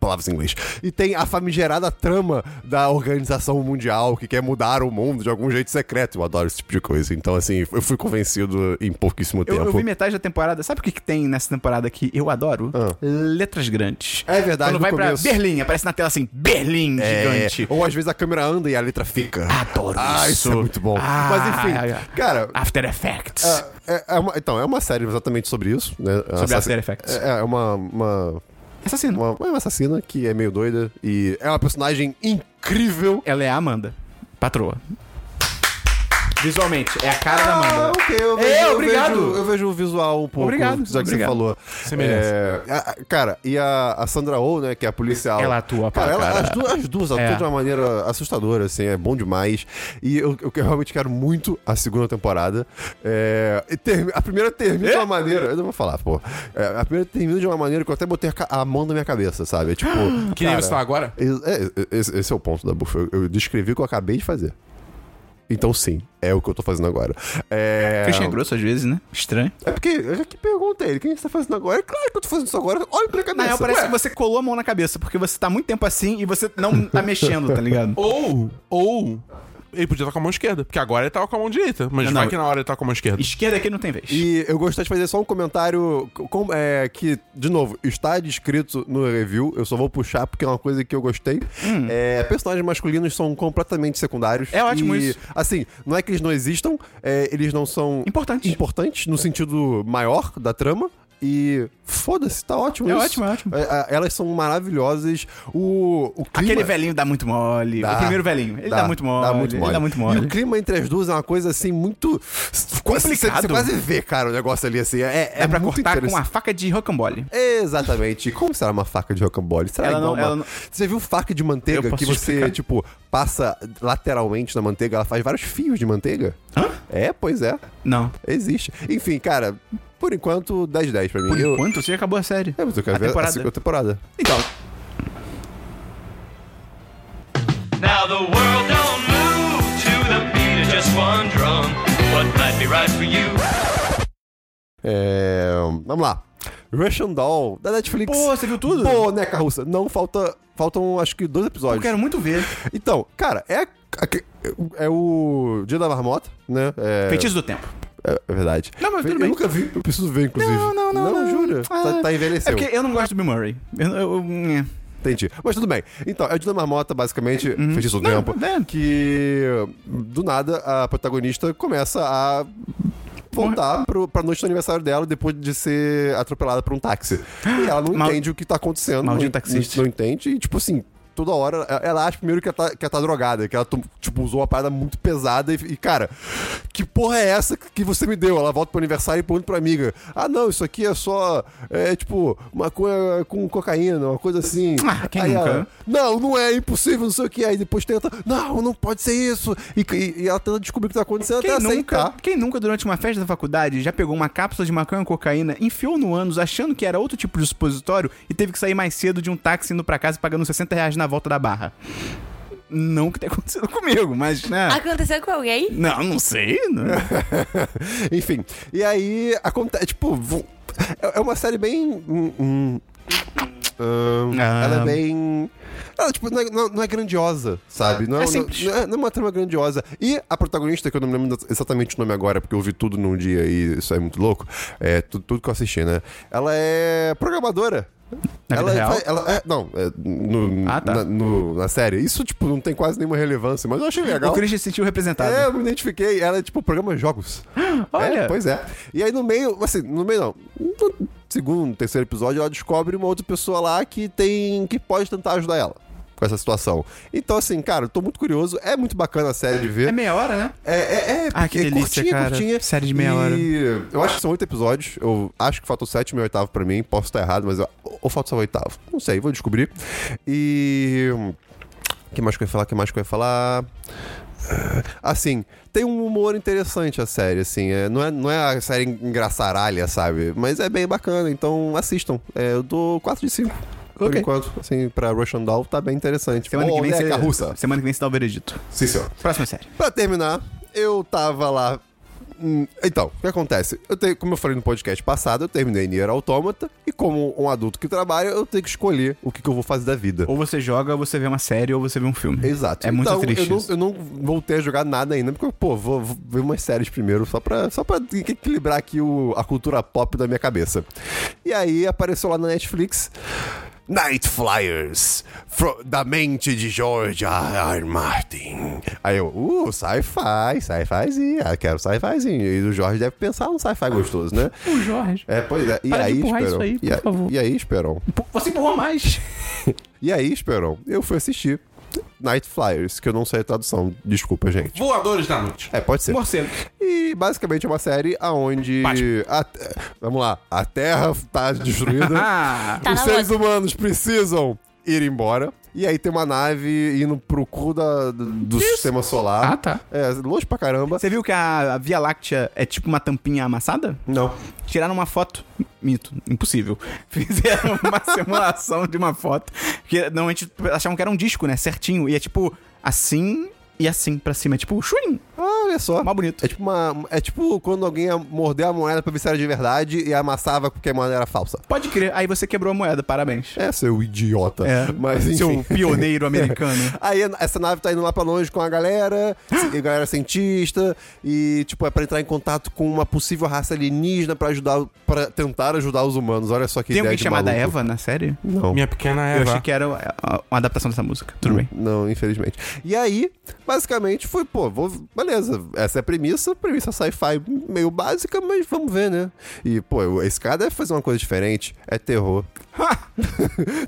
Speaker 2: palavras em inglês. E tem a famigerada trama da organização mundial que quer mudar o mundo de algum jeito secreto. Eu adoro esse tipo de coisa. Então, assim, eu fui convencido em pouquíssimo
Speaker 1: Eu, eu
Speaker 2: tempo.
Speaker 1: vi metade da temporada. Sabe o que, que tem nessa temporada que eu adoro? Letras grandes.
Speaker 2: É verdade,
Speaker 1: Quando
Speaker 2: no
Speaker 1: vai
Speaker 2: começo.
Speaker 1: pra Berlim, aparece na tela assim, Berlim
Speaker 2: É,
Speaker 1: gigante.
Speaker 2: ou às vezes a câmera anda e a letra fica.
Speaker 1: Adoro
Speaker 2: ah, isso.
Speaker 1: isso.
Speaker 2: é muito bom.
Speaker 1: Ah,
Speaker 2: Mas enfim,
Speaker 1: ah, ah.
Speaker 2: cara,
Speaker 1: After Effects.
Speaker 2: é, é uma- então, é uma série exatamente sobre isso, né?
Speaker 1: Sobre
Speaker 2: Assassin-
Speaker 1: After Effects.
Speaker 2: É, é uma- uma
Speaker 1: Assassino.
Speaker 2: uma, é uma assassina que é meio doida e é uma personagem incrível.
Speaker 1: Ela é a Amanda. Patroa. Visualmente, é a cara da
Speaker 2: Ah,
Speaker 1: Amanda.
Speaker 2: ok, eu vejo,
Speaker 1: É,
Speaker 2: eu
Speaker 1: obrigado.
Speaker 2: vejo- eu vejo o visual um pouco
Speaker 1: Obrigado,
Speaker 2: do que você
Speaker 1: obrigado.
Speaker 2: falou.
Speaker 4: Você merece.
Speaker 2: É, a- a- cara, e a, a Sandra Oh, né, que é a policial.
Speaker 1: Ela atua pra
Speaker 2: cara. ela-
Speaker 1: caralho.
Speaker 2: as duas, as duas atuam
Speaker 1: É.
Speaker 2: de uma maneira assustadora, assim, é bom demais. E eu, eu realmente quero muito a segunda temporada. É, e termi- a primeira termina
Speaker 1: É?
Speaker 2: de uma maneira. Eu não vou falar, pô. É, a primeira termina de uma maneira que eu até botei a, ca- a mão na minha cabeça, sabe? É tipo.
Speaker 4: Que nem
Speaker 2: cara,
Speaker 4: você tá agora?
Speaker 2: Esse, esse- esse é o ponto da bufa. Eu, eu descrevi o que eu acabei de fazer. Então, sim, é o que eu tô fazendo agora. É.
Speaker 1: Christian é grosso às vezes, né? Estranho.
Speaker 2: É porque. é Que pergunta é ele? O que você tá fazendo agora? É claro que eu tô fazendo isso agora. Olha pra minha cabeça.
Speaker 1: Na real, parece
Speaker 2: Ué,
Speaker 1: que você colou a mão na cabeça, porque você tá muito tempo assim e você não tá mexendo, tá ligado?
Speaker 4: Ou, ou, ele podia estar com a mão esquerda, porque agora ele tava com a mão direita, mas
Speaker 1: Não,
Speaker 4: vai
Speaker 1: não.
Speaker 4: que na hora ele tá com a mão esquerda.
Speaker 1: Esquerda aqui não tem vez.
Speaker 2: E eu gostaria de fazer só um comentário com- é, que, de novo, está descrito no review. Eu só vou puxar porque é uma coisa que eu gostei. É, personagens masculinos são completamente secundários.
Speaker 1: Hum. É ótimo
Speaker 2: E,
Speaker 1: isso.
Speaker 2: Assim, não é que eles não existam, é, eles não são
Speaker 1: Importantes.
Speaker 2: importantes no sentido maior da trama. E foda-se, tá ótimo
Speaker 1: É
Speaker 2: isso.
Speaker 1: ótimo, é ótimo.
Speaker 2: É, é, elas são maravilhosas. O, o clima...
Speaker 1: Aquele velhinho dá muito mole.
Speaker 2: Dá.
Speaker 1: o primeiro velhinho. Ele dá, muito mole. Ele dá muito mole.
Speaker 2: E o clima entre as duas é uma coisa assim muito complicada. Você quase vê, cara, o negócio ali assim. É, é,
Speaker 1: É pra
Speaker 2: muito
Speaker 1: cortar com uma
Speaker 2: interessante.
Speaker 1: faca de rocambole.
Speaker 2: Exatamente. Como será uma faca de rocambole? Será
Speaker 1: Ela
Speaker 2: igual
Speaker 1: não-
Speaker 2: uma-
Speaker 1: ela não-
Speaker 2: Você viu faca de
Speaker 1: Eu
Speaker 2: manteiga
Speaker 1: posso
Speaker 2: que você,
Speaker 1: explicar.
Speaker 2: tipo, passa lateralmente na manteiga, ela faz vários fios de manteiga?
Speaker 1: Hã?
Speaker 2: É, pois é.
Speaker 1: Não.
Speaker 2: Existe. Enfim, cara, por enquanto, 10-10 pra mim.
Speaker 1: Por
Speaker 2: eu...
Speaker 1: enquanto, você já acabou a série.
Speaker 2: É, mas eu quero
Speaker 1: a
Speaker 2: ver
Speaker 1: temporada.
Speaker 2: a segunda temporada.
Speaker 1: Então,
Speaker 5: Now the world don't move to the beat of just one drum. What might be right for you
Speaker 2: É, vamos lá. Russian Doll, da Netflix.
Speaker 1: Pô, você viu tudo?
Speaker 2: Boneca russa. né, Não, falta, faltam acho que dois episódios.
Speaker 1: eu quero muito ver.
Speaker 2: Então, cara, é, a- a- é o Dia da Marmota, né? É,
Speaker 1: Feitiço do Tempo.
Speaker 2: é, é verdade.
Speaker 1: Não, mas
Speaker 2: eu
Speaker 1: tudo bem.
Speaker 2: nunca vi, eu preciso ver, inclusive.
Speaker 1: Não, não, não, não.
Speaker 2: jura? Tá,
Speaker 1: Ah,
Speaker 2: tá
Speaker 1: É
Speaker 2: envelheceu.
Speaker 1: porque eu não gosto do Bill Murray. Eu, eu- eu- é.
Speaker 2: Entendi. Mas tudo bem. Então, é o Dia da Marmota, basicamente, feitiço do
Speaker 1: Não,
Speaker 2: tempo.
Speaker 1: é.
Speaker 2: Que do nada a protagonista começa a voltar pro, pra noite do aniversário dela depois de ser atropelada por um táxi. E ela não
Speaker 1: Mal-
Speaker 2: entende o que tá acontecendo.
Speaker 1: Maldito
Speaker 2: não-
Speaker 1: taxista.
Speaker 2: Não, não entende. E, tipo assim, toda hora ela- ela acha primeiro que ela tá, que ela tá drogada, que ela tom- tipo, usou uma parada muito pesada e, e, cara, que porra é essa que você me deu? Ela volta pro aniversário e pergunta pra amiga: Ah, não, isso aqui é só, é tipo, maconha com cocaína, uma coisa assim.
Speaker 1: Ah, quem
Speaker 2: Aí
Speaker 1: nunca,
Speaker 2: ela,
Speaker 1: né?
Speaker 2: não, não é, é impossível, não sei o que. Aí depois tenta, não, não pode ser isso. E, e- e ela tenta descobrir o que tá acontecendo
Speaker 1: Quem
Speaker 2: até
Speaker 1: nunca,
Speaker 2: aceitar.
Speaker 1: quem nunca, durante uma festa da faculdade, já pegou uma cápsula de maconha ou cocaína, enfiou no ânus, achando que era outro tipo de supositório e teve que sair mais cedo de um táxi indo pra casa pagando 60 reais na volta da barra? Não que tenha acontecido comigo, mas, né?
Speaker 3: Aconteceu com alguém?
Speaker 1: Não, não sei. Não.
Speaker 2: Enfim, e aí acontece, tipo, vo- é é uma série bem. hum, hum, hum,
Speaker 1: Ah.
Speaker 2: Ela é bem. Ela, tipo, não é, não- não é grandiosa, sabe? Não é,
Speaker 1: É
Speaker 2: não-
Speaker 1: simples.
Speaker 2: não é- não é uma trama grandiosa. E a protagonista, que eu não me lembro exatamente o nome agora, porque eu vi tudo num dia e isso é muito louco. É tu- tudo que eu assisti, né? Ela é programadora.
Speaker 1: Na vida
Speaker 2: ela,
Speaker 1: real?
Speaker 2: fa- ela é- não, é, no-
Speaker 1: Ah, tá.
Speaker 2: na, no- na série. Isso, tipo, não tem quase nenhuma relevância, mas eu achei legal.
Speaker 1: O Christian se sentiu representado.
Speaker 2: É, eu me identifiquei. Ela é tipo programa de jogos.
Speaker 1: Olha.
Speaker 2: É, pois é. E aí no meio, assim, no meio não. No segundo, terceiro episódio, ela descobre uma outra pessoa lá que tem. que pode tentar ajudar ela com essa situação. Então, assim, cara, eu tô muito curioso. É muito bacana a série de ver.
Speaker 1: É meia hora, né?
Speaker 2: É, é, é,
Speaker 1: Ah, que
Speaker 2: é
Speaker 1: delícia, cara. Série de meia hora.
Speaker 2: E eu acho que são oito episódios. Eu acho que falta o sétimo e o oitavo pra mim. Posso estar errado, mas eu, ou falta só o oitavo. Não sei, vou descobrir. E. O que mais que eu ia falar? O que mais que eu ia falar? Assim, tem um humor interessante a série, assim. é, não, é, não é a série engraçaralha, sabe? Mas é bem bacana, então assistam. É, eu dou 4 de 5. Por
Speaker 1: Ok.
Speaker 2: enquanto, assim, pra Russian Doll tá bem interessante.
Speaker 1: Semana
Speaker 2: Ou
Speaker 1: que vem
Speaker 2: Oleca
Speaker 1: você...
Speaker 2: russa.
Speaker 1: Semana que vem você dá o veredito.
Speaker 2: Sim, senhor.
Speaker 1: Próxima série.
Speaker 2: Pra terminar, eu tava lá. hum, Então, o que acontece? Eu tenho, como eu falei no podcast passado, eu terminei Nier Automata e como um adulto que trabalha, eu tenho que escolher o que, que eu vou fazer da vida.
Speaker 1: Ou você joga, ou você vê uma série, ou você vê um filme.
Speaker 2: Exato.
Speaker 1: É muito
Speaker 2: então,
Speaker 1: triste
Speaker 2: Eu não,
Speaker 1: isso.
Speaker 2: eu não voltei a jogar nada ainda, porque, pô, vou, vou ver umas séries primeiro, só pra, só pra equilibrar aqui o- a cultura pop da minha cabeça. E aí apareceu lá na Netflix. Night Flyers, fro- da mente de George R. R. Martin. Aí eu, uh, sci-fi, sci-fizinho, ah, quero sci-fizinho. E o Jorge deve pensar num sci-fi gostoso, né?
Speaker 1: O Jorge.
Speaker 2: É, pois é. E
Speaker 1: Para de
Speaker 2: aí,
Speaker 1: empurrar isso
Speaker 2: Esperon.
Speaker 1: aí, por
Speaker 2: e, a-
Speaker 1: favor.
Speaker 2: e aí, Esperon.
Speaker 1: Você empurrou mais.
Speaker 2: E aí, Esperon, eu fui assistir Night Flyers, que eu não sei a tradução, desculpa, gente.
Speaker 4: Voadores da noite.
Speaker 2: É, pode ser.
Speaker 1: Morcego.
Speaker 2: E basicamente é uma série aonde.
Speaker 4: Batman.
Speaker 2: a te- vamos lá, a Terra tá destruída.
Speaker 1: Ah,
Speaker 3: Tá
Speaker 2: os
Speaker 3: na
Speaker 2: seres
Speaker 3: lua.
Speaker 2: humanos precisam ir embora. E aí tem uma nave indo pro cu da, do do sistema solar.
Speaker 1: Ah, tá.
Speaker 2: É, longe pra caramba.
Speaker 1: você viu que a a Via Láctea é tipo uma tampinha amassada?
Speaker 2: Não.
Speaker 1: Tiraram uma foto. Mito, impossível. Fizeram uma simulação de uma foto. Porque normalmente achavam que era um disco, né? Certinho. E é tipo assim e assim pra cima. É tipo, chuim.
Speaker 2: Ah, olha só.
Speaker 1: Mal bonito.
Speaker 2: É tipo, uma, é tipo quando alguém mordeu a moeda pra ver se era de verdade e amassava porque a moeda era falsa.
Speaker 1: Pode crer. Aí você quebrou a moeda, parabéns.
Speaker 2: É, seu idiota.
Speaker 1: É.
Speaker 2: Mas enfim.
Speaker 1: Seu pioneiro americano.
Speaker 2: Aí essa nave tá indo lá pra longe com a galera, e a galera é cientista, e tipo, é pra entrar em contato com uma possível raça alienígena pra ajudar, para tentar ajudar os humanos. Olha só que
Speaker 1: Tem
Speaker 2: ideia
Speaker 1: alguém
Speaker 2: de
Speaker 1: chamada
Speaker 2: maluco.
Speaker 1: Eva na série?
Speaker 2: Não.
Speaker 4: Minha pequena
Speaker 1: Eu
Speaker 4: Eva.
Speaker 1: achei que era uh, uma adaptação dessa música. Tudo bem.
Speaker 2: Não, infelizmente. E aí, basicamente, foi, pô, vou- beleza, essa é a premissa, premissa sci-fi meio básica, mas vamos ver, né? E, pô, eu- esse cara deve fazer uma coisa diferente, é terror.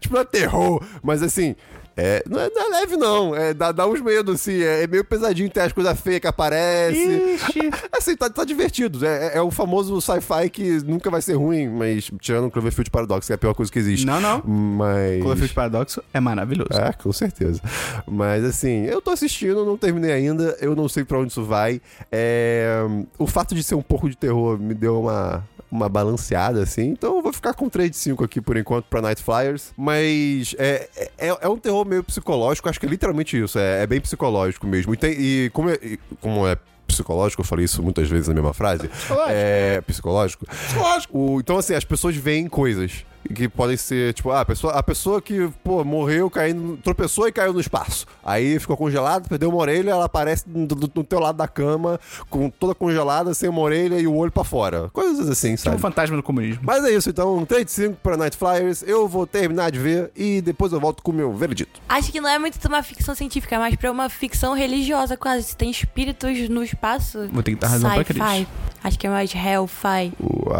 Speaker 2: tipo, não é terror, mas assim, é, não, é, não é leve não, é, dá, dá uns medos, assim, é, é meio pesadinho, tem as coisas feias que aparecem.
Speaker 1: Ixi.
Speaker 2: Assim, tá, tá divertido. É, é- é o famoso sci-fi que nunca vai ser ruim, mas tirando o Cloverfield Paradox, que é a pior coisa que existe.
Speaker 1: Não, não.
Speaker 2: Mas...
Speaker 1: Cloverfield Paradoxo é maravilhoso.
Speaker 2: É, com certeza. Mas assim, eu tô assistindo, não terminei ainda, eu não sei pra onde isso vai. É, O fato de ser um pouco de terror me deu uma, uma balanceada, assim. Então eu vou ficar com 3 de 5 aqui por enquanto pra Night Flyers. Mas é, é, é um terror meio psicológico, acho que é literalmente isso. É, é bem psicológico mesmo. E, tem- e como é. e como é Psicológico, eu falei isso muitas vezes na mesma frase. É psicológico.
Speaker 4: Lógico.
Speaker 2: O- então, assim, as pessoas veem coisas que podem ser, tipo, ah, a pessoa, a pessoa que, pô, morreu caindo, tropeçou e caiu no espaço. Aí ficou congelado, perdeu uma orelha, ela aparece do, do- do teu lado da cama, com toda congelada, sem uma orelha e o olho pra fora. Coisas assim,
Speaker 1: Tipo
Speaker 2: sabe?
Speaker 1: o fantasma do comunismo.
Speaker 2: Mas é isso, então, 3 de 5 pra Night Flyers. Eu vou terminar de ver e depois eu volto com o meu veredito.
Speaker 3: Acho que não é muito uma ficção científica, é mais pra uma ficção religiosa quase. Se tem espíritos no espaço.
Speaker 1: Vou um ter que dar razão tá pra Cris.
Speaker 3: sci-fi. Acho que é mais Hellfire.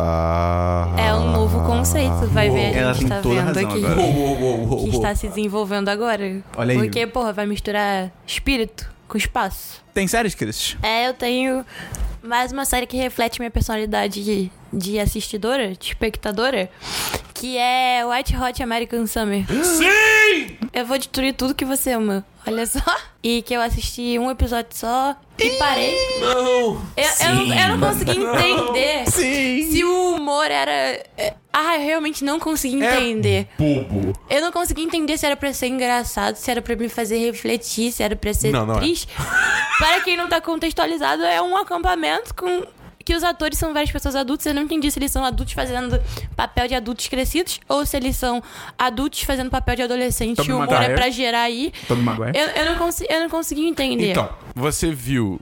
Speaker 2: Uau.
Speaker 3: É um novo conceito, vai ver a
Speaker 1: Ah. Ela
Speaker 3: gente
Speaker 1: tem
Speaker 3: tá
Speaker 1: toda a
Speaker 3: vendo
Speaker 1: razão
Speaker 3: aqui.
Speaker 1: agora.
Speaker 3: Que está se desenvolvendo agora.
Speaker 1: Olha aí.
Speaker 3: Porque, porra, vai misturar espírito com espaço.
Speaker 1: Tem séries, Cris?
Speaker 3: É, eu tenho mais uma série que reflete minha personalidade de, de assistidora, de espectadora, que é White Hot American Summer.
Speaker 4: Sim!
Speaker 3: eu vou destruir tudo que você ama. Olha só. E que eu assisti um episódio só e parei.
Speaker 4: Não!
Speaker 3: Eu, eu não- eu não consegui entender
Speaker 4: Sim!
Speaker 3: se o humor era. é, Ah, eu realmente não consegui entender.
Speaker 4: É Bobo.
Speaker 3: Eu não consegui entender se era pra ser engraçado, se era pra me fazer refletir, se era pra ser
Speaker 4: Não, não é.
Speaker 3: triste. Para quem não tá contextualizado, é um acampamento com que os atores são várias pessoas adultas. Eu não entendi se eles são adultos fazendo papel de adultos crescidos ou se eles são adultos fazendo papel de adolescente.
Speaker 1: Tobey
Speaker 3: o humor
Speaker 1: Maguire.
Speaker 3: é pra gerar aí.
Speaker 1: Tobey Maguire.
Speaker 3: Eu, eu não consi- eu não consegui entender
Speaker 4: Então, você viu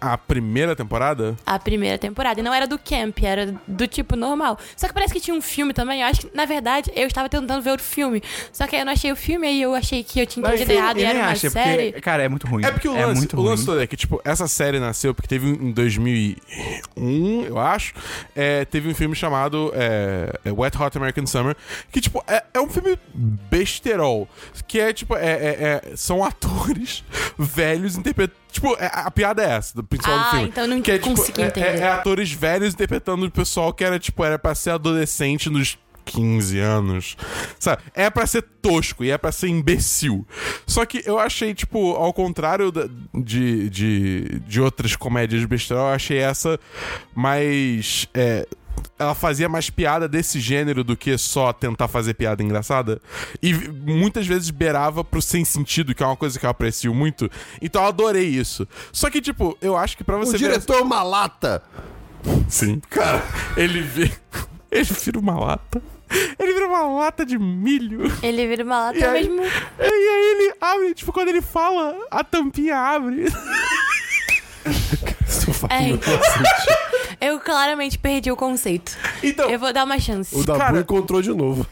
Speaker 4: a primeira temporada?
Speaker 3: a primeira temporada. E não era do camp, era do tipo normal. Só que parece que tinha um filme também. Eu acho que, na verdade, eu estava tentando ver o filme. Só que aí eu não achei o filme, aí eu achei que eu tinha entendido errado e
Speaker 1: eu
Speaker 3: era
Speaker 1: nem
Speaker 3: uma
Speaker 1: acho, é porque-
Speaker 3: série.
Speaker 1: cara, é muito ruim.
Speaker 4: É porque o lance,
Speaker 1: muito
Speaker 4: o
Speaker 1: ruim.
Speaker 4: lance todo é que, tipo, essa série nasceu porque teve um, em 2001, eu acho, é, teve um filme chamado é, é Wet Hot American Summer, que, tipo, é, é um filme besterol, que é, tipo, é, é- é- são atores velhos interpretando, tipo, é- a, a piada é essa, do principal do
Speaker 3: Ah,
Speaker 4: filme.
Speaker 3: então eu não
Speaker 4: que é,
Speaker 3: consegui
Speaker 4: é-
Speaker 3: entender.
Speaker 4: É, é atores velhos interpretando o pessoal que era, tipo, era pra ser adolescente nos 15 anos. Sabe? É pra ser tosco e é pra ser imbecil. Só que eu achei, tipo, ao contrário da- de, de, de outras comédias besteira, eu achei essa mais. é, ela fazia mais piada desse gênero do que só tentar fazer piada engraçada. E vi- muitas vezes beirava pro sem sentido, que é uma coisa que eu aprecio muito. Então eu adorei isso. Só que, tipo, eu acho que pra
Speaker 2: O
Speaker 4: você ver-
Speaker 2: diretor é uma lata.
Speaker 4: Sim. Cara, ele vê. Ele vira uma lata. Ele vira uma lata de milho.
Speaker 3: Ele vira uma lata
Speaker 4: E aí,
Speaker 3: mesmo.
Speaker 4: e aí ele abre, tipo, quando ele fala, a tampinha abre.
Speaker 3: É, eu claramente perdi o conceito.
Speaker 4: Então,
Speaker 3: Eu vou dar uma chance.
Speaker 2: O Dabu
Speaker 4: Cara-
Speaker 2: encontrou de novo.